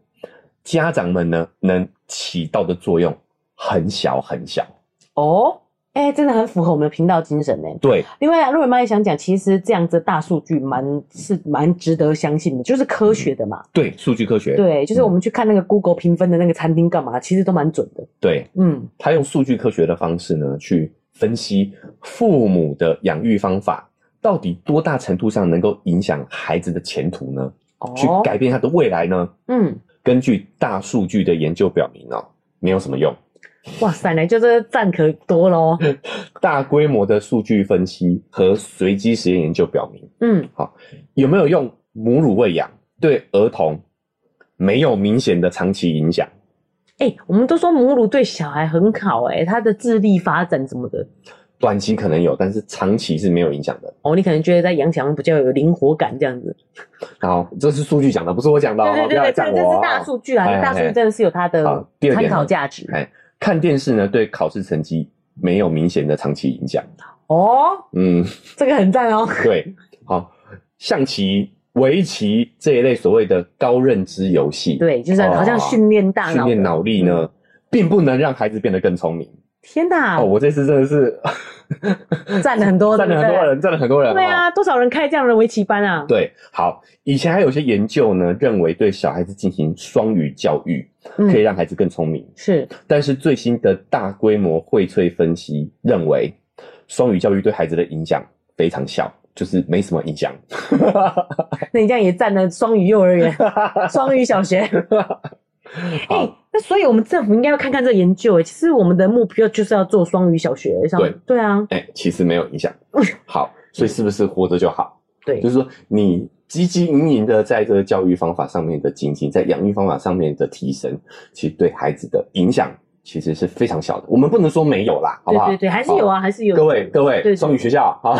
[SPEAKER 4] 家长们呢能起到的作用很小很小。
[SPEAKER 3] 哦，哎、真的很符合我们的频道精神呢。
[SPEAKER 4] 对
[SPEAKER 3] 另外，啊若瑞妈也想讲，其实这样子的大数据蛮是蛮值得相信的，就是科学的嘛。
[SPEAKER 4] 对，数据科学，
[SPEAKER 3] 对，就是我们去看那个 Google 评分的那个餐厅干嘛，其实都蛮准的。
[SPEAKER 4] 对
[SPEAKER 3] 嗯，
[SPEAKER 4] 他用数据科学的方式呢去分析父母的养育方法到底多大程度上能够影响孩子的前途呢？
[SPEAKER 3] 哦，
[SPEAKER 4] 去改变他的未来呢？
[SPEAKER 3] 嗯，
[SPEAKER 4] 根据大数据的研究表明哦，没有什么用。
[SPEAKER 3] 哇塞，那就是赞可多喽。
[SPEAKER 4] 嗯大规模的数据分析和随机实验研究表明，
[SPEAKER 3] 嗯，
[SPEAKER 4] 有没有用母乳喂养对儿童没有明显的长期影响？
[SPEAKER 3] 哎、我们都说母乳对小孩很好、哎，他的智力发展什么的。
[SPEAKER 4] 短期可能有，但是长期是没有影响的。
[SPEAKER 3] 哦，你可能觉得在养小孩比较有灵活感这样子。
[SPEAKER 4] 好，这是数据讲的，不是我讲的、哦，
[SPEAKER 3] 对对
[SPEAKER 4] 不要
[SPEAKER 3] 对
[SPEAKER 4] 来
[SPEAKER 3] 对，这
[SPEAKER 4] 赞
[SPEAKER 3] 个这
[SPEAKER 4] 我、
[SPEAKER 3] 是
[SPEAKER 4] 哦。
[SPEAKER 3] 大数据啊，
[SPEAKER 4] 哎
[SPEAKER 3] 大数
[SPEAKER 4] 哎
[SPEAKER 3] 据真的是有它的
[SPEAKER 4] 好第二
[SPEAKER 3] 参
[SPEAKER 4] 点
[SPEAKER 3] 考
[SPEAKER 4] 呢
[SPEAKER 3] 价值。
[SPEAKER 4] 哎，看电视呢，对考试成绩没有明显的长期影响。
[SPEAKER 3] 哦，
[SPEAKER 4] 嗯，
[SPEAKER 3] 这个很赞哦。
[SPEAKER 4] 对。好，象棋、围棋这一类所谓的高认知游戏，
[SPEAKER 3] 对，就是
[SPEAKER 4] 哦
[SPEAKER 3] 好像训练大
[SPEAKER 4] 训
[SPEAKER 3] 脑。嗯
[SPEAKER 4] 练脑力呢，并不能让孩子变得更聪明。
[SPEAKER 3] 天哪
[SPEAKER 4] 哦，，我这次真的是
[SPEAKER 3] 赞啊了很 多，
[SPEAKER 4] 站了
[SPEAKER 3] 对
[SPEAKER 4] 很
[SPEAKER 3] 不对
[SPEAKER 4] 多人，站了很多人。
[SPEAKER 3] 对
[SPEAKER 4] 哦。
[SPEAKER 3] 啊，多少人开这样的围棋班啊？
[SPEAKER 4] 对，好，以前还有一些研究呢，认为对小孩子进行双语教育
[SPEAKER 3] 嗯
[SPEAKER 4] 可以让孩子更聪明，
[SPEAKER 3] 是
[SPEAKER 4] 但是最新的大规模荟萃分析认为，双语教育对孩子的影响非常小，就是没什么影响。
[SPEAKER 3] 那你这样也占了双语幼儿 园、双语小学。哎、
[SPEAKER 4] 好，
[SPEAKER 3] 那所以我们政府应该要看看这个研究。哎，其实我们的目标就是要做双语小学。像
[SPEAKER 4] 对
[SPEAKER 3] 对啊，
[SPEAKER 4] 哎、其实没有影响。
[SPEAKER 3] 嗯
[SPEAKER 4] 好，所以是不是活着就好？
[SPEAKER 3] 对
[SPEAKER 4] 就是说你汲汲营营的在这个教育方法上面的精进，在养育方法上面的提升，其实对孩子的影响其实是非常小的。我们不能说没有啦，好
[SPEAKER 3] 对
[SPEAKER 4] 不好？
[SPEAKER 3] 对对，还是有啊，还是有。
[SPEAKER 4] 好。各位，各
[SPEAKER 3] 对
[SPEAKER 4] 位，
[SPEAKER 3] 对
[SPEAKER 4] 双语 学校好，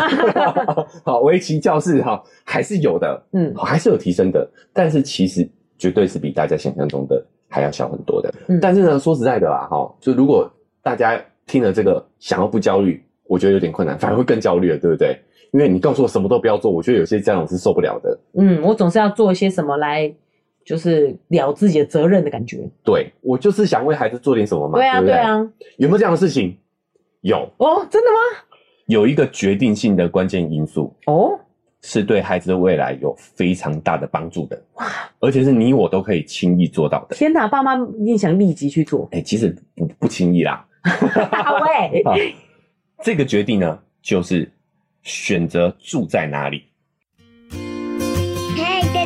[SPEAKER 4] 好，围棋教室好，还是有的，
[SPEAKER 3] 嗯
[SPEAKER 4] 好还是有提升的，但是其实绝对是比大家想象中的还要小很多的。
[SPEAKER 3] 嗯
[SPEAKER 4] 但是呢，说实在的啦，哈，就如果大家听了这个想要不焦虑，我觉得有点困难，反而会更焦虑了，对不对？因为你告诉我什么都不要做，我觉得有些家长是受不了的。
[SPEAKER 3] 嗯，我总是要做一些什么来，就是了自己的责任的感觉。
[SPEAKER 4] 对我就是想为孩子做点什么嘛，
[SPEAKER 3] 对啊，
[SPEAKER 4] 不
[SPEAKER 3] 对啊。
[SPEAKER 4] 有没有这样的事情？有，
[SPEAKER 3] 哦，真的吗？
[SPEAKER 4] 有一个决定性的关键因素，
[SPEAKER 3] 哦，
[SPEAKER 4] 是对孩子的未来有非常大的帮助的，而且是你我都可以轻易做到的。
[SPEAKER 3] 天哪，爸妈一定想立即去做。
[SPEAKER 4] 哎、其实不不轻易啦，
[SPEAKER 3] 大卫，
[SPEAKER 4] 啊，这个决定呢，就是选择住在哪里。
[SPEAKER 5] 嗨，大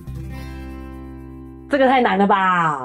[SPEAKER 3] 这个太难了 吧？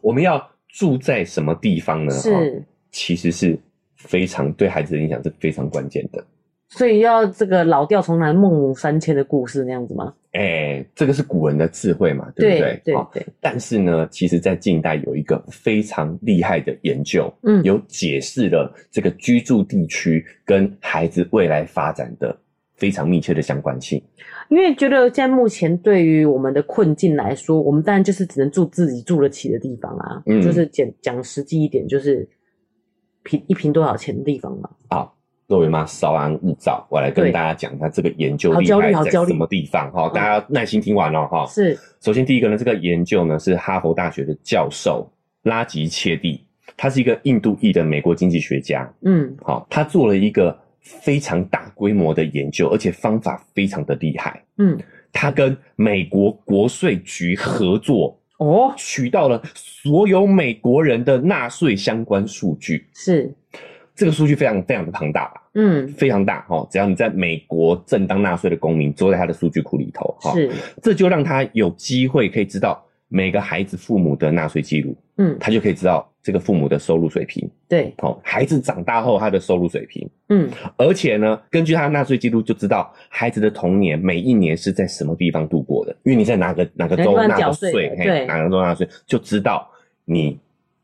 [SPEAKER 4] 我们要住在什么地方呢？哦，
[SPEAKER 3] 是，
[SPEAKER 4] 其实是非常对孩子的影响是非常关键的。
[SPEAKER 3] 所以要这个老调重来，孟母三迁的故事那样子吗？
[SPEAKER 4] 哎、这个是古人的智慧嘛，对不对？
[SPEAKER 3] 对
[SPEAKER 4] 哦
[SPEAKER 3] 对，
[SPEAKER 4] 但是呢，其实，在近代有一个非常厉害的研究，
[SPEAKER 3] 嗯
[SPEAKER 4] 有解释了这个居住地区跟孩子未来发展的非常密切的相关性。
[SPEAKER 3] 因为觉得现在目前对于我们的困境来说，我们当然就是只能住自己住得起的地方啊，
[SPEAKER 4] 嗯
[SPEAKER 3] 就是讲讲实际一点，就是平一平多少钱的地方嘛。啊
[SPEAKER 4] 作为妈稍安勿躁，我来跟
[SPEAKER 3] 对
[SPEAKER 4] 大家讲一下这个研究
[SPEAKER 3] 好
[SPEAKER 4] 厉
[SPEAKER 3] 焦虑
[SPEAKER 4] 害
[SPEAKER 3] 好
[SPEAKER 4] 在
[SPEAKER 3] 焦虑
[SPEAKER 4] 什么地方哈、
[SPEAKER 3] 嗯
[SPEAKER 4] 大家耐心听完哦哈。
[SPEAKER 3] 是
[SPEAKER 4] 首先第一个呢，这个研究呢是哈佛大学的教授拉吉切蒂，他是一个印度裔的美国经济学家。
[SPEAKER 3] 嗯，
[SPEAKER 4] 好、他做了一个非常大规模的研究，而且方法非常的厉害。
[SPEAKER 3] 嗯，
[SPEAKER 4] 他跟美国国税局合作，
[SPEAKER 3] 哦，
[SPEAKER 4] 取到了所有美国人的纳税相关数据。
[SPEAKER 3] 是，
[SPEAKER 4] 这个数据非常非常的庞大吧，
[SPEAKER 3] 嗯，
[SPEAKER 4] 非常大哦。只要你在美国正当纳税的公民，都在他的数据库里头哈、
[SPEAKER 3] 是，
[SPEAKER 4] 这就让他有机会可以知道每个孩子父母的纳税记录，
[SPEAKER 3] 嗯，
[SPEAKER 4] 他就可以知道这个父母的收入水平
[SPEAKER 3] 对，
[SPEAKER 4] 哦，孩子长大后他的收入水平。
[SPEAKER 3] 嗯，
[SPEAKER 4] 而且呢，根据他的纳税记录就知道孩子的童年每一年是在什么地方度过的，因为你在哪个哪个
[SPEAKER 3] 哪个
[SPEAKER 4] 州
[SPEAKER 3] 地方
[SPEAKER 4] 纳
[SPEAKER 3] 缴
[SPEAKER 4] 个
[SPEAKER 3] 税
[SPEAKER 4] 税
[SPEAKER 3] 的，
[SPEAKER 4] 嘿
[SPEAKER 3] 对
[SPEAKER 4] 哪个州纳税，就知道你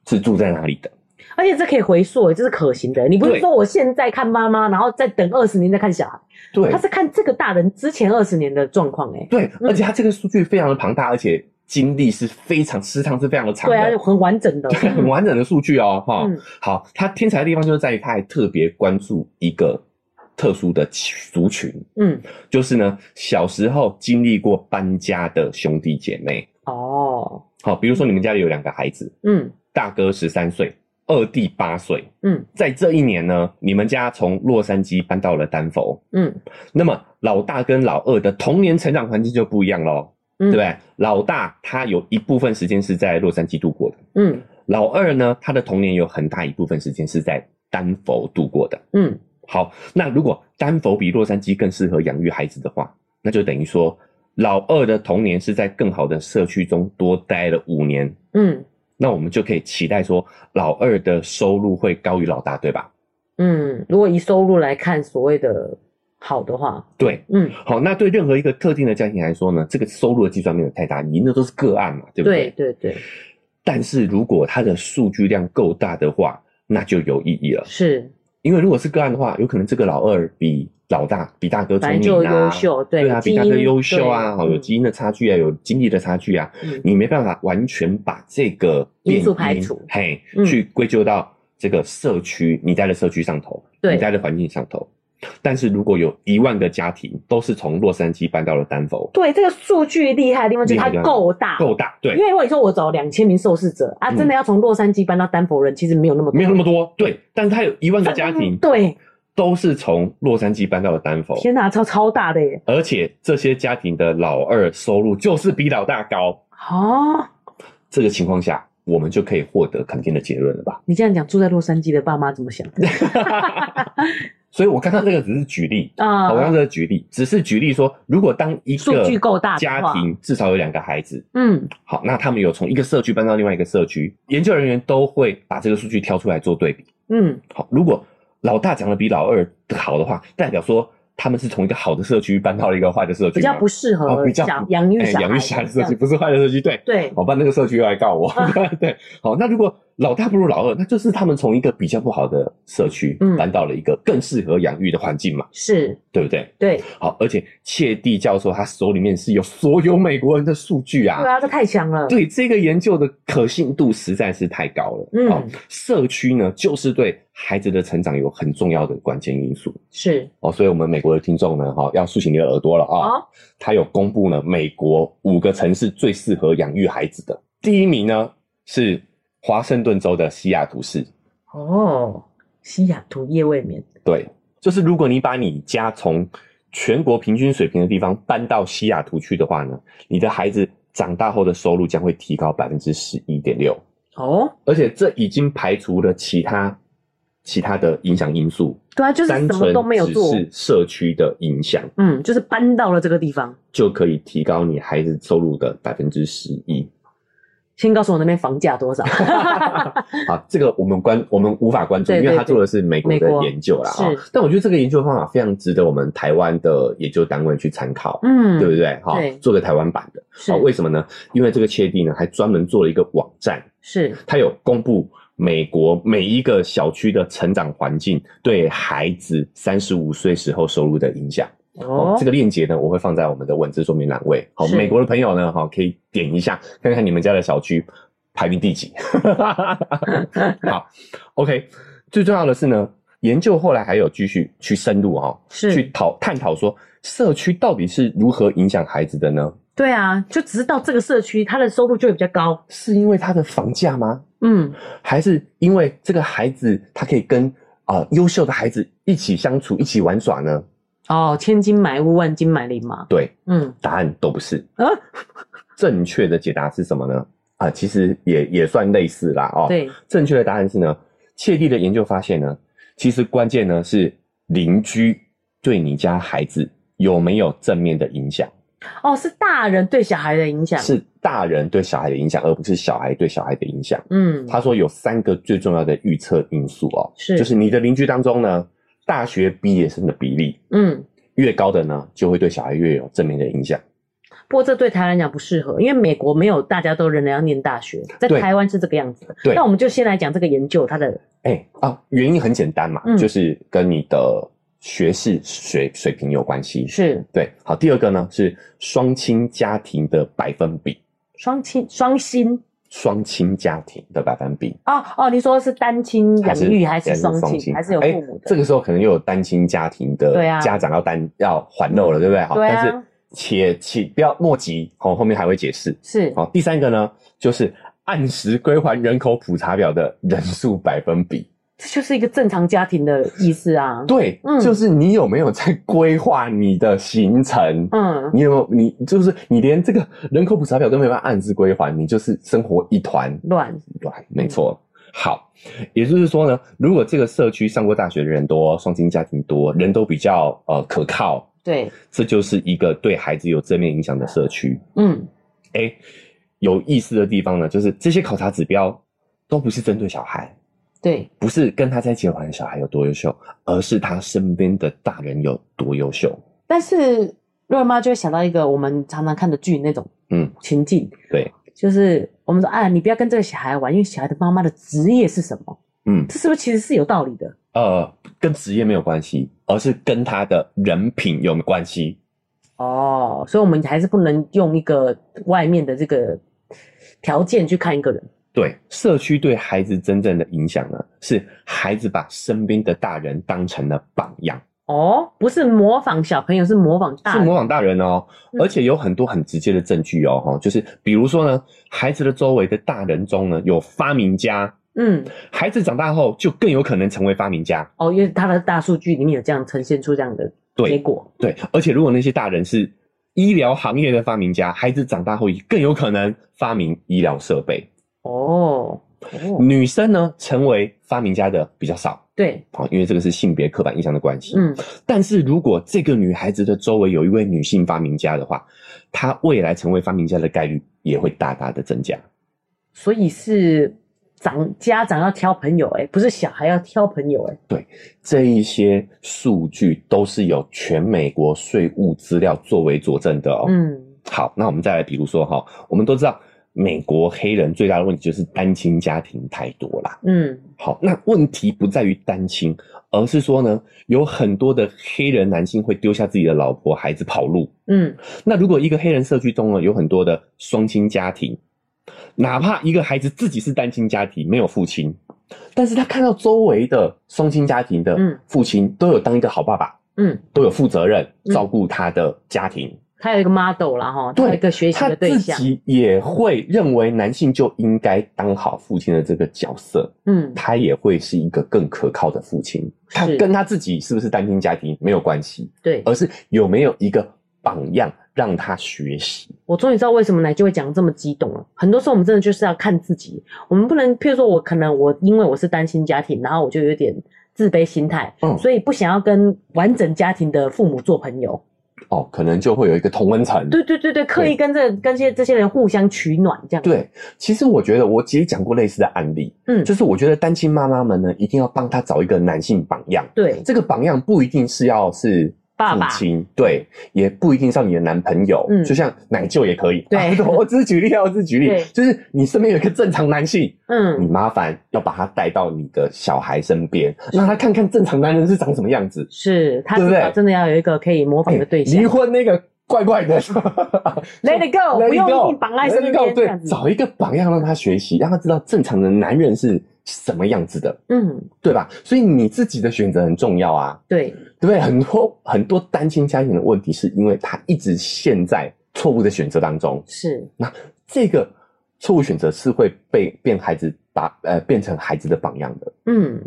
[SPEAKER 4] 是住在哪里的。
[SPEAKER 3] 而且这可以回溯，这是可行的。你不是
[SPEAKER 4] 对
[SPEAKER 3] 说我现在看妈妈，然后再等二十年再看小孩，
[SPEAKER 4] 对
[SPEAKER 3] 他，是看这个大人之前二十年的状况、欸，哎，
[SPEAKER 4] 对，而且他这个数据非常的庞大，而且经历是非常时长是非常的长
[SPEAKER 3] 对啊，
[SPEAKER 4] 的。
[SPEAKER 3] 很完整的，
[SPEAKER 4] 很完整的数据哦，哈、
[SPEAKER 3] 嗯
[SPEAKER 4] 好，他天才的地方就是在于他还特别关注一个特殊的族群，
[SPEAKER 3] 嗯，
[SPEAKER 4] 就是呢小时候经历过搬家的兄弟姐妹，
[SPEAKER 3] 哦，
[SPEAKER 4] 好，比如说你们家里有两个孩子，
[SPEAKER 3] 嗯
[SPEAKER 4] 大哥十三岁，二弟八岁，
[SPEAKER 3] 嗯
[SPEAKER 4] 在这一年呢，你们家从洛杉矶搬到了丹佛，
[SPEAKER 3] 嗯
[SPEAKER 4] 那么老大跟老二的童年成长环境就不一样喽，
[SPEAKER 3] 嗯，
[SPEAKER 4] 对不对？老大他有一部分时间是在洛杉矶度过的，
[SPEAKER 3] 嗯
[SPEAKER 4] 老二呢，他的童年有很大一部分时间是在丹佛度过的。
[SPEAKER 3] 嗯，
[SPEAKER 4] 好，那如果丹佛比洛杉矶更适合养育孩子的话，那就等于说老二的童年是在更好的社区中多待了五年，
[SPEAKER 3] 嗯
[SPEAKER 4] 那我们就可以期待说，老二的收入会高于老大，对吧？
[SPEAKER 3] 嗯，如果以收入来看，所谓的好的话，
[SPEAKER 4] 对，
[SPEAKER 3] 嗯，
[SPEAKER 4] 好，那对任何一个特定的家庭来说呢，这个收入的计算没有太大意义，那都是个案嘛，对不
[SPEAKER 3] 对
[SPEAKER 4] 对？
[SPEAKER 3] 对对，
[SPEAKER 4] 但是如果它的数据量够大的话，那就有意义了，
[SPEAKER 3] 是，
[SPEAKER 4] 因为如果是个案的话，有可能这个老二比老大、比大哥聪
[SPEAKER 3] 反
[SPEAKER 4] 明
[SPEAKER 3] 正
[SPEAKER 4] 啊，
[SPEAKER 3] 就优秀，对
[SPEAKER 4] 对啊，比大哥优秀啊，哦，有基
[SPEAKER 3] 基
[SPEAKER 4] 因的差距啊，有经历的差距啊，
[SPEAKER 3] 因对嗯嗯
[SPEAKER 4] 你没办法完全把这个
[SPEAKER 3] 因素
[SPEAKER 4] 变
[SPEAKER 3] 排除
[SPEAKER 4] 嘿，
[SPEAKER 3] 嗯
[SPEAKER 4] 去归咎到这个社区，你待的社区上头，
[SPEAKER 3] 对
[SPEAKER 4] 你待的环境上头。但是如果有一万个家庭都是从洛杉矶搬到了丹佛，
[SPEAKER 3] 对这个数据厉害的地方就是它
[SPEAKER 4] 厉害的
[SPEAKER 3] 够大，
[SPEAKER 4] 够大，对
[SPEAKER 3] 因，为如果你说我找两千名受试者啊，
[SPEAKER 4] 嗯
[SPEAKER 3] 真的要从洛杉矶搬到丹佛人，其实没有那么多嗯
[SPEAKER 4] 没有那么多，对，但是他有一万个家庭
[SPEAKER 3] 对，
[SPEAKER 4] 都是从洛杉矶搬到了丹佛，
[SPEAKER 3] 天哪，超超大的耶！
[SPEAKER 4] 而且这些家庭的老二收入就是比老大高，
[SPEAKER 3] 哦，
[SPEAKER 4] 这个情况下，我们就可以获得肯定的结论了吧？
[SPEAKER 3] 你这样讲，住在洛杉矶的爸妈怎么想
[SPEAKER 4] 嗯所以我刚刚这个只是举例，
[SPEAKER 3] 啊
[SPEAKER 4] 好，我刚刚这个举例只是举例说，如果当一
[SPEAKER 3] 数
[SPEAKER 4] 个
[SPEAKER 3] 据够大的
[SPEAKER 4] 家
[SPEAKER 3] 话，
[SPEAKER 4] 庭至少有两个孩子，
[SPEAKER 3] 嗯，
[SPEAKER 4] 好，那他们有从一个社区搬到另外一个社区，研究人员都会把这个数据挑出来做对比。
[SPEAKER 3] 嗯，
[SPEAKER 4] 好，如果老大讲的比老二好的话，代表说他们是从一个好的社区搬到了一个坏的社区吗，
[SPEAKER 3] 比较不适
[SPEAKER 4] 哦
[SPEAKER 3] 合
[SPEAKER 4] 比较
[SPEAKER 3] 小养育
[SPEAKER 4] 哎
[SPEAKER 3] 小
[SPEAKER 4] 养育
[SPEAKER 3] 孩
[SPEAKER 4] 小孩的
[SPEAKER 3] 这
[SPEAKER 4] 社
[SPEAKER 3] 样
[SPEAKER 4] 区，不是坏的社区，对。
[SPEAKER 3] 对，嗯
[SPEAKER 4] 好，不然那个社区又来告我。对，好，那如果老大不如老二，那就是他们从一个比较不好的社区
[SPEAKER 3] 嗯
[SPEAKER 4] 搬到了一个更适合养育的环境嘛，
[SPEAKER 3] 是
[SPEAKER 4] 对不对？
[SPEAKER 3] 对，
[SPEAKER 4] 好，而且切蒂教授他手里面是有所有美国人的数据啊，
[SPEAKER 3] 对啊，这太强了，
[SPEAKER 4] 对这个研究的可信度实在是太高了。
[SPEAKER 3] 嗯
[SPEAKER 4] 哦，社区呢，就是对孩子的成长有很重要的关键因素。
[SPEAKER 3] 是
[SPEAKER 4] 哦，所以我们美国的听众呢，哈、要竖起你的耳朵了啊、
[SPEAKER 3] 哦
[SPEAKER 4] 他有公布呢，美国五个城市最适合养育孩子的，第一名呢是华盛顿州的西雅图市。
[SPEAKER 3] 哦，西雅图夜未眠，
[SPEAKER 4] 对，就是如果你把你家从全国平均水平的地方搬到西雅图去的话呢，你的孩子长大后的收入将会提高百分之十一点六。
[SPEAKER 3] 哦，
[SPEAKER 4] 而且这已经排除了其他其他的影响因素，
[SPEAKER 3] 对啊，就是什
[SPEAKER 4] 单
[SPEAKER 3] 么
[SPEAKER 4] 纯
[SPEAKER 3] 都没有
[SPEAKER 4] 只
[SPEAKER 3] 做，
[SPEAKER 4] 是社区的影响
[SPEAKER 3] 嗯，就是搬到了这个地方。
[SPEAKER 4] 就可以提高你孩子收入的百分之十一。
[SPEAKER 3] 先告诉我那边房价 多少？
[SPEAKER 4] 好，这个我们关我们无法关注，
[SPEAKER 3] 对对
[SPEAKER 4] 因为他做的是美国
[SPEAKER 3] 美
[SPEAKER 4] 的
[SPEAKER 3] 国
[SPEAKER 4] 研究啦。
[SPEAKER 3] 是
[SPEAKER 4] 哈但我觉得这个研究方法非常值得我们台湾的研究单位去参考，
[SPEAKER 3] 嗯，
[SPEAKER 4] 对不对？哈
[SPEAKER 3] 对，
[SPEAKER 4] 做个台湾版的。
[SPEAKER 3] 是
[SPEAKER 4] 好，为什么呢？因为这个切蒂呢，还专门做了一个网站，
[SPEAKER 3] 是
[SPEAKER 4] 它有公布美国每一个小区的成长环境对孩子三十五岁时候收入的影响。
[SPEAKER 3] 哦，
[SPEAKER 4] 这个链接呢，我会放在我们的文字说明栏位。好，
[SPEAKER 3] 是
[SPEAKER 4] 美国的朋友呢，哈，可以点一下，看看你们家的小区排名第 几。好，OK。最重要的是呢，研究后来还有继续去深入哈、
[SPEAKER 3] 是
[SPEAKER 4] 去讨探讨说社区到底是如何影响孩子的呢？
[SPEAKER 3] 对啊，就只是到这个社区，他的收入就会比较高。
[SPEAKER 4] 是因为他的房价吗？
[SPEAKER 3] 嗯，
[SPEAKER 4] 还是因为这个孩子他可以跟啊优、秀的孩子一起相处、一起玩耍呢？
[SPEAKER 3] 哦，千金买屋，万金买邻嘛。
[SPEAKER 4] 对，
[SPEAKER 3] 嗯
[SPEAKER 4] 答案都不是。
[SPEAKER 3] 啊，
[SPEAKER 4] 正确的解答是什么呢？啊，其实也也算类似啦哦。，
[SPEAKER 3] 对，
[SPEAKER 4] 正确的答案是呢，切蒂的研究发现呢，其实关键呢是邻居对你家孩子有没有正面的影响，
[SPEAKER 3] 哦，是大人对小孩的影响。，
[SPEAKER 4] 是大人对小孩的影响，而不是小孩对小孩的影响。
[SPEAKER 3] 嗯，
[SPEAKER 4] 他说有三个最重要的预测因素哦，
[SPEAKER 3] 是
[SPEAKER 4] 就是你的邻居当中呢，大学毕业生的比例
[SPEAKER 3] 嗯，
[SPEAKER 4] 越高的呢，就会对小孩越有正面的影响。
[SPEAKER 3] 不过这对台湾来讲不适合，因为美国没有大家都仍然要念大学，在
[SPEAKER 4] 对
[SPEAKER 3] 台湾是这个样子的。
[SPEAKER 4] 对
[SPEAKER 3] 那我们就先来讲这个研究，它的
[SPEAKER 4] 哎、啊，原因很简单嘛，
[SPEAKER 3] 嗯
[SPEAKER 4] 就是跟你的学士水水平有关系。
[SPEAKER 3] 是
[SPEAKER 4] 对，好，第二个呢是双亲家庭的百分比，
[SPEAKER 3] 双亲双薪
[SPEAKER 4] 双亲家庭的百分比
[SPEAKER 3] 哦哦，你说是单亲养育还是双亲，
[SPEAKER 4] 亲，
[SPEAKER 3] 还是有
[SPEAKER 4] 哎
[SPEAKER 3] 父母的？
[SPEAKER 4] 这个时候可能又有单亲家庭的
[SPEAKER 3] 对啊
[SPEAKER 4] 家长要担、要还漏了，对不对？好，
[SPEAKER 3] 对啊
[SPEAKER 4] 但是且且不要莫急，好，后面还会解释。
[SPEAKER 3] 是
[SPEAKER 4] 好，第三个呢就是按时归还人口普查表的人数百分比。
[SPEAKER 3] 这就是一个正常家庭的意思啊。
[SPEAKER 4] 对，
[SPEAKER 3] 嗯
[SPEAKER 4] 就是你有没有在规划你的行程？
[SPEAKER 3] 嗯，
[SPEAKER 4] 你有没有？你就是你连这个人口普查表都没办法按时归还，你就是生活一团
[SPEAKER 3] 乱
[SPEAKER 4] 乱。没错。好，也就是说呢，如果这个社区上过大学的人多，双亲家庭多，人都比较呃可靠，
[SPEAKER 3] 对，
[SPEAKER 4] 这就是一个对孩子有正面影响的社区。
[SPEAKER 3] 嗯，
[SPEAKER 4] 哎，有意思的地方呢，就是这些考察指标都不是针对小孩，
[SPEAKER 3] 对，
[SPEAKER 4] 不是跟他在一起玩的小孩有多优秀，而是他身边的大人有多优秀。
[SPEAKER 3] 但是瑞儿妈就会想到一个我们常常看的剧那种
[SPEAKER 4] 嗯，
[SPEAKER 3] 情境，
[SPEAKER 4] 对，
[SPEAKER 3] 就是我们说啊，你不要跟这个小孩玩，因为小孩的妈妈的职业是什么？
[SPEAKER 4] 嗯，
[SPEAKER 3] 这是不是其实是有道理的？
[SPEAKER 4] 呃，跟职业没有关系，而是跟他的人品有关系。
[SPEAKER 3] 哦，所以我们还是不能用一个外面的这个条件去看一个人。
[SPEAKER 4] 对，社区对孩子真正的影响呢，是孩子把身边的大人当成了榜样，
[SPEAKER 3] 哦，不是模仿小朋友，是模仿大
[SPEAKER 4] 是
[SPEAKER 3] 人。
[SPEAKER 4] 模仿大人哦，
[SPEAKER 3] 嗯
[SPEAKER 4] 而且有很多很直接的证据哦，哈，就是比如说呢，孩子的周围的大人中呢，有发明家，
[SPEAKER 3] 嗯，
[SPEAKER 4] 孩子长大后就更有可能成为发明家。
[SPEAKER 3] 哦，因为他的大数据里面有这样呈现出这样的
[SPEAKER 4] 对
[SPEAKER 3] 结果。
[SPEAKER 4] 对，而且如果那些大人是医疗行业的发明家，孩子长大后也更有可能发明医疗设备。
[SPEAKER 3] 哦，哦，
[SPEAKER 4] 女生呢，成为发明家的比较少
[SPEAKER 3] 对，
[SPEAKER 4] 啊、因为这个是性别刻板印象的关系。
[SPEAKER 3] 嗯，
[SPEAKER 4] 但是如果这个女孩子的周围有一位女性发明家的话，她未来成为发明家的概率也会大大的增加。
[SPEAKER 3] 所以是长家长要挑朋友、欸，不是小孩要挑朋友、欸，
[SPEAKER 4] 这一些数据都是有全美国税务资料作为佐证的哦。
[SPEAKER 3] 嗯，
[SPEAKER 4] 好，那我们再来，比如说哈，我们都知道美国黑人最大的问题就是单亲家庭太多啦。
[SPEAKER 3] 嗯
[SPEAKER 4] 好，那问题不在于单亲，而是说呢，有很多的黑人男性会丢下自己的老婆孩子跑路。
[SPEAKER 3] 嗯
[SPEAKER 4] 那如果一个黑人社区中呢，有很多的双亲家庭，哪怕一个孩子自己是单亲家庭，没有父亲，但是他看到周围的双亲家庭的
[SPEAKER 3] 嗯
[SPEAKER 4] 父亲都有当一个好爸爸，
[SPEAKER 3] 嗯，
[SPEAKER 4] 都有负责任
[SPEAKER 3] 嗯
[SPEAKER 4] 照顾他的家庭，
[SPEAKER 3] 他有一个 model 啦哈，
[SPEAKER 4] 对
[SPEAKER 3] 他有一个学习
[SPEAKER 4] 他
[SPEAKER 3] 的对
[SPEAKER 4] 自
[SPEAKER 3] 象，
[SPEAKER 4] 己也会认为男性就应该当好父亲的这个角色。
[SPEAKER 3] 嗯
[SPEAKER 4] 他也会是一个更可靠的父亲。他
[SPEAKER 3] 是
[SPEAKER 4] 跟他自己是不是单亲家庭没有关系，
[SPEAKER 3] 对。
[SPEAKER 4] 而是有没有一个榜样让他学习。
[SPEAKER 3] 我终于知道为什么奶就会讲得这么激动了。很多时候我们真的就是要看自己，我们不能，譬如说我可能我因为我是单亲家庭，然后我就有点自卑心态，
[SPEAKER 4] 嗯
[SPEAKER 3] 所以不想要跟完整家庭的父母做朋友。
[SPEAKER 4] 哦，可能就会有一个同温层。
[SPEAKER 3] 对对对对，刻意跟这跟这些这些人互相取暖这样。，
[SPEAKER 4] 对，其实我觉得我其实讲过类似的案例，
[SPEAKER 3] 嗯，
[SPEAKER 4] 就是我觉得单亲妈妈们呢，一定要帮他找一个男性榜样。
[SPEAKER 3] 对，
[SPEAKER 4] 这个榜样不一定是要是
[SPEAKER 3] 爸爸
[SPEAKER 4] 父亲，对，也不一定是要你的男朋友，
[SPEAKER 3] 嗯
[SPEAKER 4] 就像奶舅也可以。
[SPEAKER 3] 对
[SPEAKER 4] 啊 我只是举例啊，我只是举
[SPEAKER 3] 对
[SPEAKER 4] 例，就是你身边有一个正常男性， 你
[SPEAKER 3] 嗯，
[SPEAKER 4] 麻烦要把他带到你的小孩身边，让他看看正常男人是长什么样子。
[SPEAKER 3] 是他
[SPEAKER 4] 对不
[SPEAKER 3] 至
[SPEAKER 4] 对哎
[SPEAKER 3] 少真的要有一个可以模仿的对象。
[SPEAKER 4] 离婚那个怪怪的
[SPEAKER 3] Let it go，
[SPEAKER 4] Let
[SPEAKER 3] 不用
[SPEAKER 4] it go，
[SPEAKER 3] 硬绑在身
[SPEAKER 4] Let it
[SPEAKER 3] 边
[SPEAKER 4] go，
[SPEAKER 3] 这
[SPEAKER 4] 对
[SPEAKER 3] 样，子
[SPEAKER 4] 找一个榜样让他学习，让他知道正常的男人是什么样子的，
[SPEAKER 3] 嗯，
[SPEAKER 4] 对吧？所以你自己的选择很重要啊，
[SPEAKER 3] 对，
[SPEAKER 4] 对不对？很多很多单亲家庭的问题是因为他一直陷在错误的选择当中，
[SPEAKER 3] 是，
[SPEAKER 4] 这个错误选择是会被变孩子把呃变成孩子的榜样的。
[SPEAKER 3] 嗯，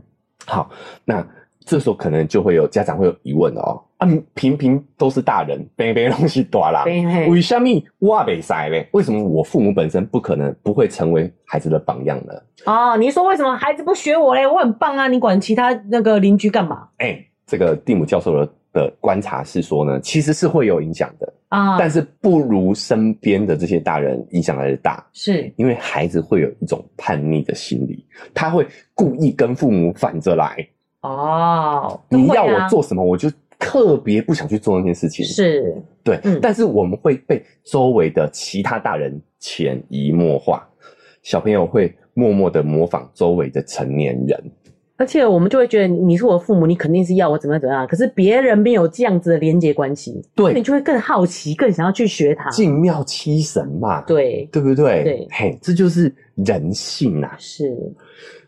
[SPEAKER 4] 好，那这时候可能就会有家长会有疑问了哦，啊，平平都是大人，别别东西大啦，
[SPEAKER 3] 对嘿
[SPEAKER 4] 为什么我没塞嘞？为什么我父母本身不可能不会成为孩子的榜样呢？
[SPEAKER 3] 哦，你说为什么孩子不学我嘞？我很棒啊，你管其他那个邻居干嘛
[SPEAKER 4] 哎、这个蒂姆教授的的观察是说呢，其实是会有影响的，
[SPEAKER 3] 啊？
[SPEAKER 4] 但是不如身边的这些大人影响来的大。
[SPEAKER 3] 是
[SPEAKER 4] 因为孩子会有一种叛逆的心理，他会故意跟父母反着来。
[SPEAKER 3] 哦，
[SPEAKER 4] 你
[SPEAKER 3] 会
[SPEAKER 4] 要
[SPEAKER 3] 啊
[SPEAKER 4] 我做什么，我就特别不想去做那件事情。
[SPEAKER 3] 是，
[SPEAKER 4] 对，
[SPEAKER 3] 嗯
[SPEAKER 4] 但是我们会被周围的其他大人潜移默化，小朋友会默默的模仿周围的成年人。
[SPEAKER 3] 而且我们就会觉得你你是我父母，你肯定是要我怎么样怎么样，啊可是别人没有这样子的连接关系，
[SPEAKER 4] 对
[SPEAKER 3] 那你就会更好奇，更想要去学他。
[SPEAKER 4] 静妙七神嘛，
[SPEAKER 3] 啊对，
[SPEAKER 4] 对不对？
[SPEAKER 3] 对
[SPEAKER 4] 嘿，这就是人性啊。
[SPEAKER 3] 是，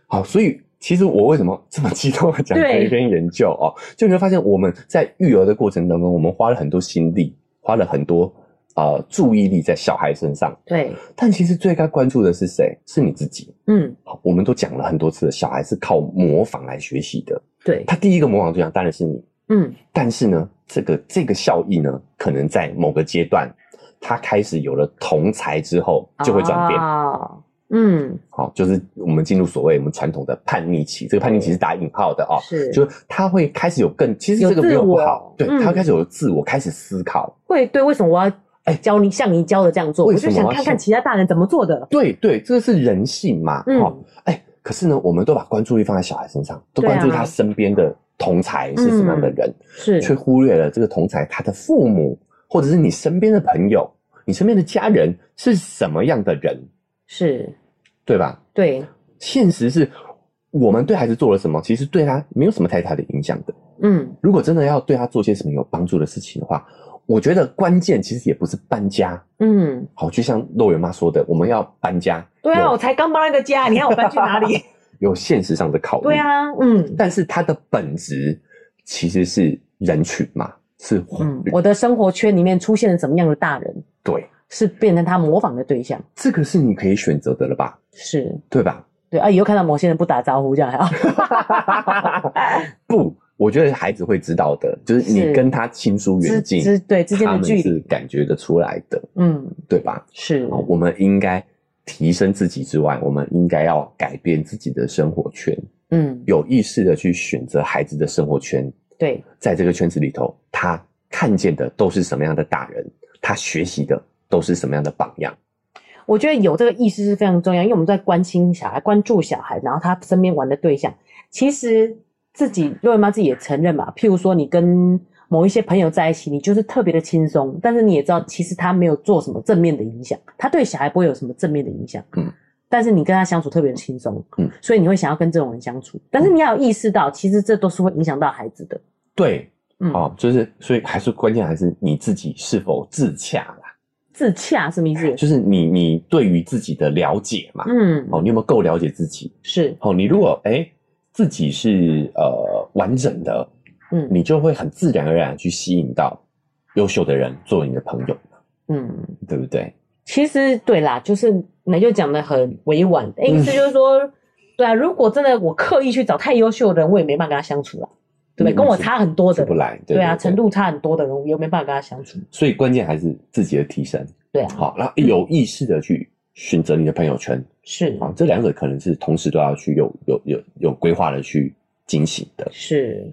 [SPEAKER 4] 好，所以其实我为什么这么激动的讲
[SPEAKER 3] 对
[SPEAKER 4] 这一篇研究哦，就你会发现我们在育儿的过程当中，我们花了很多心力，花了很多呃注意力在小孩身上，
[SPEAKER 3] 对，
[SPEAKER 4] 但其实最该关注的是谁？是你自己。
[SPEAKER 3] 嗯，
[SPEAKER 4] 好，我们都讲了很多次了，小孩是靠模仿来学习的。
[SPEAKER 3] 对，
[SPEAKER 4] 他第一个模仿对象当然是你，
[SPEAKER 3] 嗯，
[SPEAKER 4] 但是呢，这个这个效益呢，可能在某个阶段，他开始有了同才之后，就会转变。
[SPEAKER 3] 啊，嗯，
[SPEAKER 4] 好、哦就是我们进入所谓我们传统的叛逆期，这个叛逆期是打引号的哦，
[SPEAKER 3] 是，
[SPEAKER 4] 就是他会开始有更，其实这个没有不好，
[SPEAKER 3] 有自
[SPEAKER 4] 对
[SPEAKER 3] 我嗯
[SPEAKER 4] 他会开始有自我，开始思考。
[SPEAKER 3] 会对，为什么我要
[SPEAKER 4] 哎
[SPEAKER 3] 教你像你教的这样做？我
[SPEAKER 4] 为
[SPEAKER 3] 就
[SPEAKER 4] 什么
[SPEAKER 3] 想
[SPEAKER 4] 我要
[SPEAKER 3] 看看
[SPEAKER 4] 像
[SPEAKER 3] 其他大人怎么做的。
[SPEAKER 4] 对对，这个是人性嘛，
[SPEAKER 3] 嗯
[SPEAKER 4] 哦，哎，可是呢，我们都把关注力放在小孩身上，都
[SPEAKER 3] 对啊嗯
[SPEAKER 4] 关注他身边的同才是什么样的人。
[SPEAKER 3] 是，
[SPEAKER 4] 却忽略了这个同才他的父母，或者是你身边的朋友、你身边的家人是什么样的人，
[SPEAKER 3] 是，
[SPEAKER 4] 对吧？
[SPEAKER 3] 对，
[SPEAKER 4] 现实是我们对孩子做了什么，其实对他没有什么太大的影响的。
[SPEAKER 3] 嗯，
[SPEAKER 4] 如果真的要对他做些什么有帮助的事情的话，我觉得关键其实也不是搬家。
[SPEAKER 3] 嗯，
[SPEAKER 4] 好，就像肉圆妈说的，我们要搬家，
[SPEAKER 3] 对啊，
[SPEAKER 4] 有
[SPEAKER 3] 我才刚搬了个家，你看我搬去哪 里？
[SPEAKER 4] 有现实上的考虑。
[SPEAKER 3] 对，啊，嗯
[SPEAKER 4] 但是它的本质其实是人群嘛，是
[SPEAKER 3] 嗯，我的生活圈里面出现了什么样的大人，
[SPEAKER 4] 对，
[SPEAKER 3] 是变成他模仿的对象。
[SPEAKER 4] 这个是你可以选择的了吧，
[SPEAKER 3] 是
[SPEAKER 4] 对吧？
[SPEAKER 3] 对啊，以后看到某些人不打招呼这样还好。
[SPEAKER 4] 不，我觉得孩子会知道的，就是
[SPEAKER 3] 是
[SPEAKER 4] 你跟他亲疏远近，
[SPEAKER 3] 之之对之间的
[SPEAKER 4] 他们
[SPEAKER 3] 距离
[SPEAKER 4] 是感觉得出来的，
[SPEAKER 3] 嗯，
[SPEAKER 4] 对吧？
[SPEAKER 3] 是
[SPEAKER 4] 好我们应该提升自己之外，我们应该要改变自己的生活圈，
[SPEAKER 3] 嗯，
[SPEAKER 4] 有意识的去选择孩子的生活圈，
[SPEAKER 3] 对，
[SPEAKER 4] 在这个圈子里头，他看见的都是什么样的大人，他学习的都是什么样的榜样。
[SPEAKER 3] 我觉得有这个意识是非常重要，因为我们在关心小孩、关注小孩，然后他身边玩的对象，其实自己瑞文妈自己也承认嘛，譬如说你跟。某一些朋友在一起，你就是特别的轻松，但是你也知道，其实他没有做什么正面的影响，他对小孩不会有什么正面的影响。
[SPEAKER 4] 嗯。
[SPEAKER 3] 但是你跟他相处特别的轻松，
[SPEAKER 4] 嗯，
[SPEAKER 3] 所以你会想要跟这种人相处，但是你要有意识到，其实这都是会影响到孩子的，
[SPEAKER 4] 对，
[SPEAKER 3] 嗯，
[SPEAKER 4] 哦，就是所以还是关键还是你自己是否自洽啦，
[SPEAKER 3] 自洽什么意思？
[SPEAKER 4] 就是你你对于自己的了解嘛，
[SPEAKER 3] 嗯，
[SPEAKER 4] 哦，你有没有够了解自己？
[SPEAKER 3] 是，
[SPEAKER 4] 哦，你如果哎、自己是呃完整的，
[SPEAKER 3] 嗯
[SPEAKER 4] 你就会很自然而然去吸引到优秀的人作为你的朋友，
[SPEAKER 3] 嗯，
[SPEAKER 4] 对不对？
[SPEAKER 3] 其实对啦，就是奶就讲的很委婉，诶意思
[SPEAKER 4] 嗯
[SPEAKER 3] 就是说，对啊，如果真的我刻意去找太优秀的人，我也没办法跟他相处啦，对不对？
[SPEAKER 4] 嗯
[SPEAKER 3] 跟我差很多的
[SPEAKER 4] 出不，来，对
[SPEAKER 3] 对啊，
[SPEAKER 4] 对
[SPEAKER 3] 程度差很多的人，我又没办法跟他相处，
[SPEAKER 4] 所以关键还是自己的提升。
[SPEAKER 3] 对啊，
[SPEAKER 4] 好，然后有意识的去选择你的朋友圈，
[SPEAKER 3] 是
[SPEAKER 4] 啊，这两个可能是同时都要去有有有有规划的去进行的。
[SPEAKER 3] 是，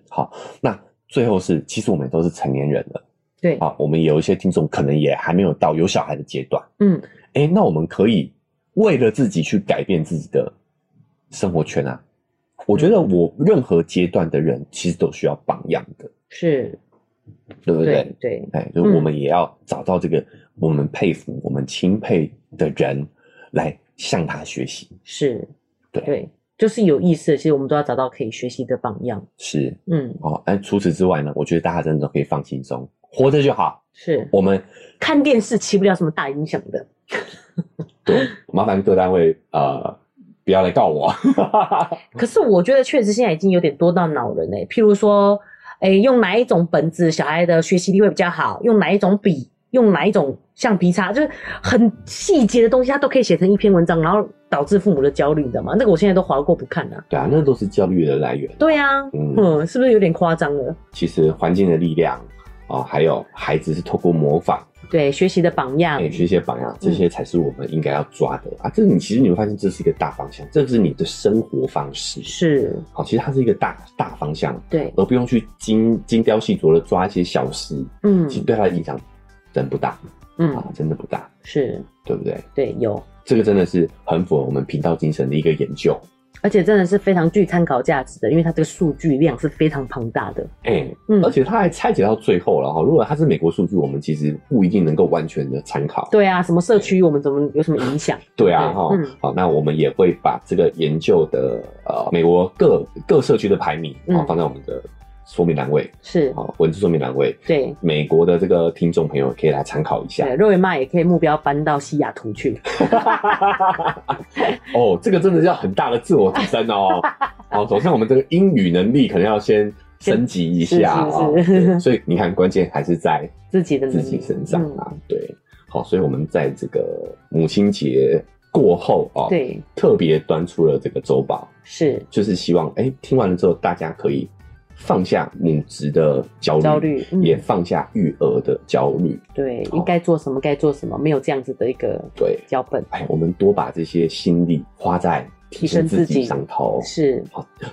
[SPEAKER 4] 那最后是，其实我们都是成年人了，
[SPEAKER 3] 对，
[SPEAKER 4] 啊，我们有一些听众可能也还没有到有小孩的阶段，
[SPEAKER 3] 嗯，
[SPEAKER 4] 哎，那我们可以为了自己去改变自己的生活圈啊。我觉
[SPEAKER 3] 嗯
[SPEAKER 4] 得我任何阶段的人其实都需要榜样的，
[SPEAKER 3] 是，
[SPEAKER 4] 对不对
[SPEAKER 3] 对？对，
[SPEAKER 4] 哎，就
[SPEAKER 3] 嗯
[SPEAKER 4] 我们也要找到这个我们佩服、我们钦佩的人，来向他学习。
[SPEAKER 3] 是，
[SPEAKER 4] 对
[SPEAKER 3] 对，就是有意识的，其实我们都要找到可以学习的榜样，
[SPEAKER 4] 是
[SPEAKER 3] 嗯，
[SPEAKER 4] 哦，哎，除此之外呢，我觉得大家真的都可以放轻松，活着就好。
[SPEAKER 3] 是，
[SPEAKER 4] 我们
[SPEAKER 3] 看电视起不了什么大影响的，
[SPEAKER 4] 对，麻烦各单位呃，不要来告我。嗯
[SPEAKER 3] 可是我觉得确实现在已经有点多到恼人哎、譬如说，哎、用哪一种本子小孩的学习力会比较好？用哪一种笔？用哪一种橡皮擦？就是很细节的东西，它都可以写成一篇文章，然后导致父母的焦虑，你知道吗？那个我现在都划过不看了、
[SPEAKER 4] 对啊，那都是焦虑的来源。
[SPEAKER 3] 对啊，
[SPEAKER 4] 嗯
[SPEAKER 3] 嗯是不是有点夸张了？
[SPEAKER 4] 其实环境的力量啊、哦还有孩子是透过模仿，
[SPEAKER 3] 对，学习的榜样
[SPEAKER 4] 哎、，学习的榜样，这些才是我们应该要抓的啊。这你其实你会发现，这是一个大方向，这是你的生活方式。
[SPEAKER 3] 是，
[SPEAKER 4] 好、其实它是一个大大方向，
[SPEAKER 3] 对，
[SPEAKER 4] 而不用去精精雕细琢的抓一些小事，
[SPEAKER 3] 嗯
[SPEAKER 4] 其实对他的影响真不大
[SPEAKER 3] 嗯，
[SPEAKER 4] 啊，真的不大，
[SPEAKER 3] 是
[SPEAKER 4] 对不对？
[SPEAKER 3] 对有，
[SPEAKER 4] 这个真的是很符合我们频道精神的一个研究。
[SPEAKER 3] 而且真的是非常具参考价值的，因为它这个数据量是非常庞大的。
[SPEAKER 4] 哎、
[SPEAKER 3] 嗯
[SPEAKER 4] 而且他还拆解到最后了哈。哦如果它是美国数据，我们其实不一定能够完全的参考。
[SPEAKER 3] 对啊，什么社区我们怎么有什么影响？
[SPEAKER 4] 对啊，哈、
[SPEAKER 3] 嗯
[SPEAKER 4] 好，那我们也会把这个研究的呃美国各各社区的排名啊、
[SPEAKER 3] 嗯
[SPEAKER 4] 放在我们的说明栏位
[SPEAKER 3] 是
[SPEAKER 4] 啊、文字说明栏位，
[SPEAKER 3] 对
[SPEAKER 4] 美国的这个听众朋友可以来参考一下
[SPEAKER 3] 对，。肉圆妈也可以目标搬到西雅图 去。
[SPEAKER 4] 哦，这个真的要很大的自我提升 哦。哦，首先我们这个英语能力可能要先升级一下啊、哦
[SPEAKER 3] 是是是
[SPEAKER 4] 对所以你看，关键还是在
[SPEAKER 3] 自己的嗯能力
[SPEAKER 4] 自己身上啊。对，好，所以我们在这个母亲节过后哦，，
[SPEAKER 3] 对，
[SPEAKER 4] 特别端出了这个周报，
[SPEAKER 3] 是
[SPEAKER 4] 就是希望哎、听完了之后，大家可以放下母职的焦虑，
[SPEAKER 3] 焦虑嗯
[SPEAKER 4] 也放下育儿的焦虑。
[SPEAKER 3] 对，
[SPEAKER 4] 好
[SPEAKER 3] 应该做什么该做什么，没有这样子的一个
[SPEAKER 4] 对
[SPEAKER 3] 脚本。
[SPEAKER 4] 哎，我们多把这些心力花在提升自己上头，
[SPEAKER 3] 是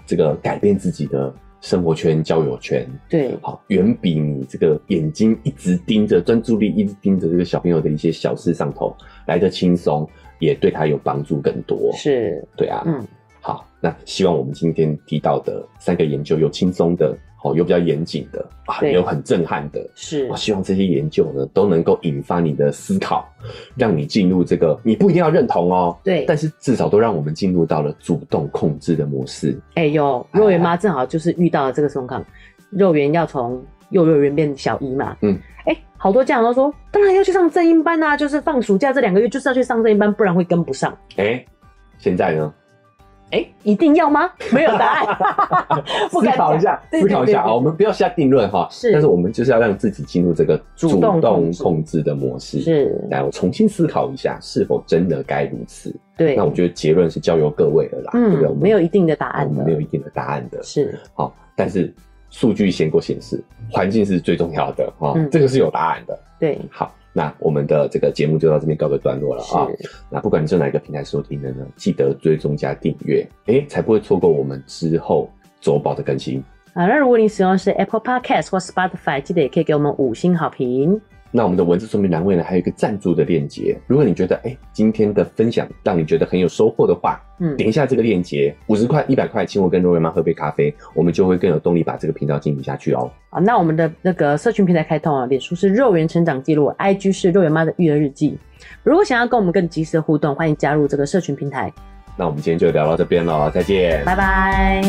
[SPEAKER 4] 这个改变自己的生活圈、交友圈，
[SPEAKER 3] 对，
[SPEAKER 4] 好，远比你这个眼睛一直盯着、专注力一直盯着这个小朋友的一些小事上头来的轻松，也对他有帮助更多。，
[SPEAKER 3] 是
[SPEAKER 4] 对啊。
[SPEAKER 3] 嗯，
[SPEAKER 4] 好，那希望我们今天提到的三个研究，有轻松的，好，有比较严谨的，啊，
[SPEAKER 3] 对
[SPEAKER 4] 也有很震撼的。
[SPEAKER 3] 是
[SPEAKER 4] 我希望这些研究呢，都能够引发你的思考，让你进入这个，你不一定要认同哦，
[SPEAKER 3] 对
[SPEAKER 4] 但是至少都让我们进入到了主动控制的模式。
[SPEAKER 3] 哎呦，肉圆妈正好就是遇到了这个状况，肉圆要从幼儿园变小一嘛，
[SPEAKER 4] 嗯，
[SPEAKER 3] 哎、好多家长都说，当然要去上正音班啊，就是放暑假这两个月就是要去上正音班，不然会跟不上。
[SPEAKER 4] 哎、现在呢，
[SPEAKER 3] 哎、一定要吗？没有答 案，不
[SPEAKER 4] 思
[SPEAKER 3] 敢
[SPEAKER 4] 考一
[SPEAKER 3] 讲
[SPEAKER 4] 下，
[SPEAKER 3] 对
[SPEAKER 4] 思考一下
[SPEAKER 3] 对对对
[SPEAKER 4] 啊，我们不要下定论哈，
[SPEAKER 3] 是
[SPEAKER 4] 但是我们就是要让自己进入这个主
[SPEAKER 3] 主动控制
[SPEAKER 4] 动控制的模式。。
[SPEAKER 3] 是，
[SPEAKER 4] 来，我重新思考一下，是否真的该如此？
[SPEAKER 3] 对，
[SPEAKER 4] 那我觉得结论是交由各位了啦，对不对？我
[SPEAKER 3] 嗯，
[SPEAKER 4] 们
[SPEAKER 3] 没有一定的答案
[SPEAKER 4] 我
[SPEAKER 3] 的，
[SPEAKER 4] 们没有一定的答案的。
[SPEAKER 3] 是
[SPEAKER 4] 好，但是数据先过显示，环境是最重要的啊、哦
[SPEAKER 3] 嗯
[SPEAKER 4] 这个是有答案的。
[SPEAKER 3] 对，
[SPEAKER 4] 好，那我们的这个节目就到这边告个段落了啊、
[SPEAKER 3] 是
[SPEAKER 4] 那不管你是哪一个平台收听的呢，记得追踪加订阅，诶，才不会错过我们之后周报的更新。
[SPEAKER 3] 啊。那如果你使用的是 Apple Podcast 或 Spotify，记得也可以给我们五星好评。
[SPEAKER 4] 那我们的文字说明栏位呢，还有一个赞助的链接。如果你觉得哎今天的分享让你觉得很有收获的话，
[SPEAKER 3] 嗯
[SPEAKER 4] 点一下这个链接，五十块、一百块，请我跟若瑞妈喝杯咖啡，我们就会更有动力把这个频道经营下去哦。
[SPEAKER 3] 啊，那我们的那个社群平台开通啊，脸书是肉圆成长记录，IG 是肉圆妈的育儿日记。如果想要跟我们更及时的互动，欢迎加入这个社群平台。
[SPEAKER 4] 那我们今天就聊到这边了，再见，
[SPEAKER 3] 拜拜。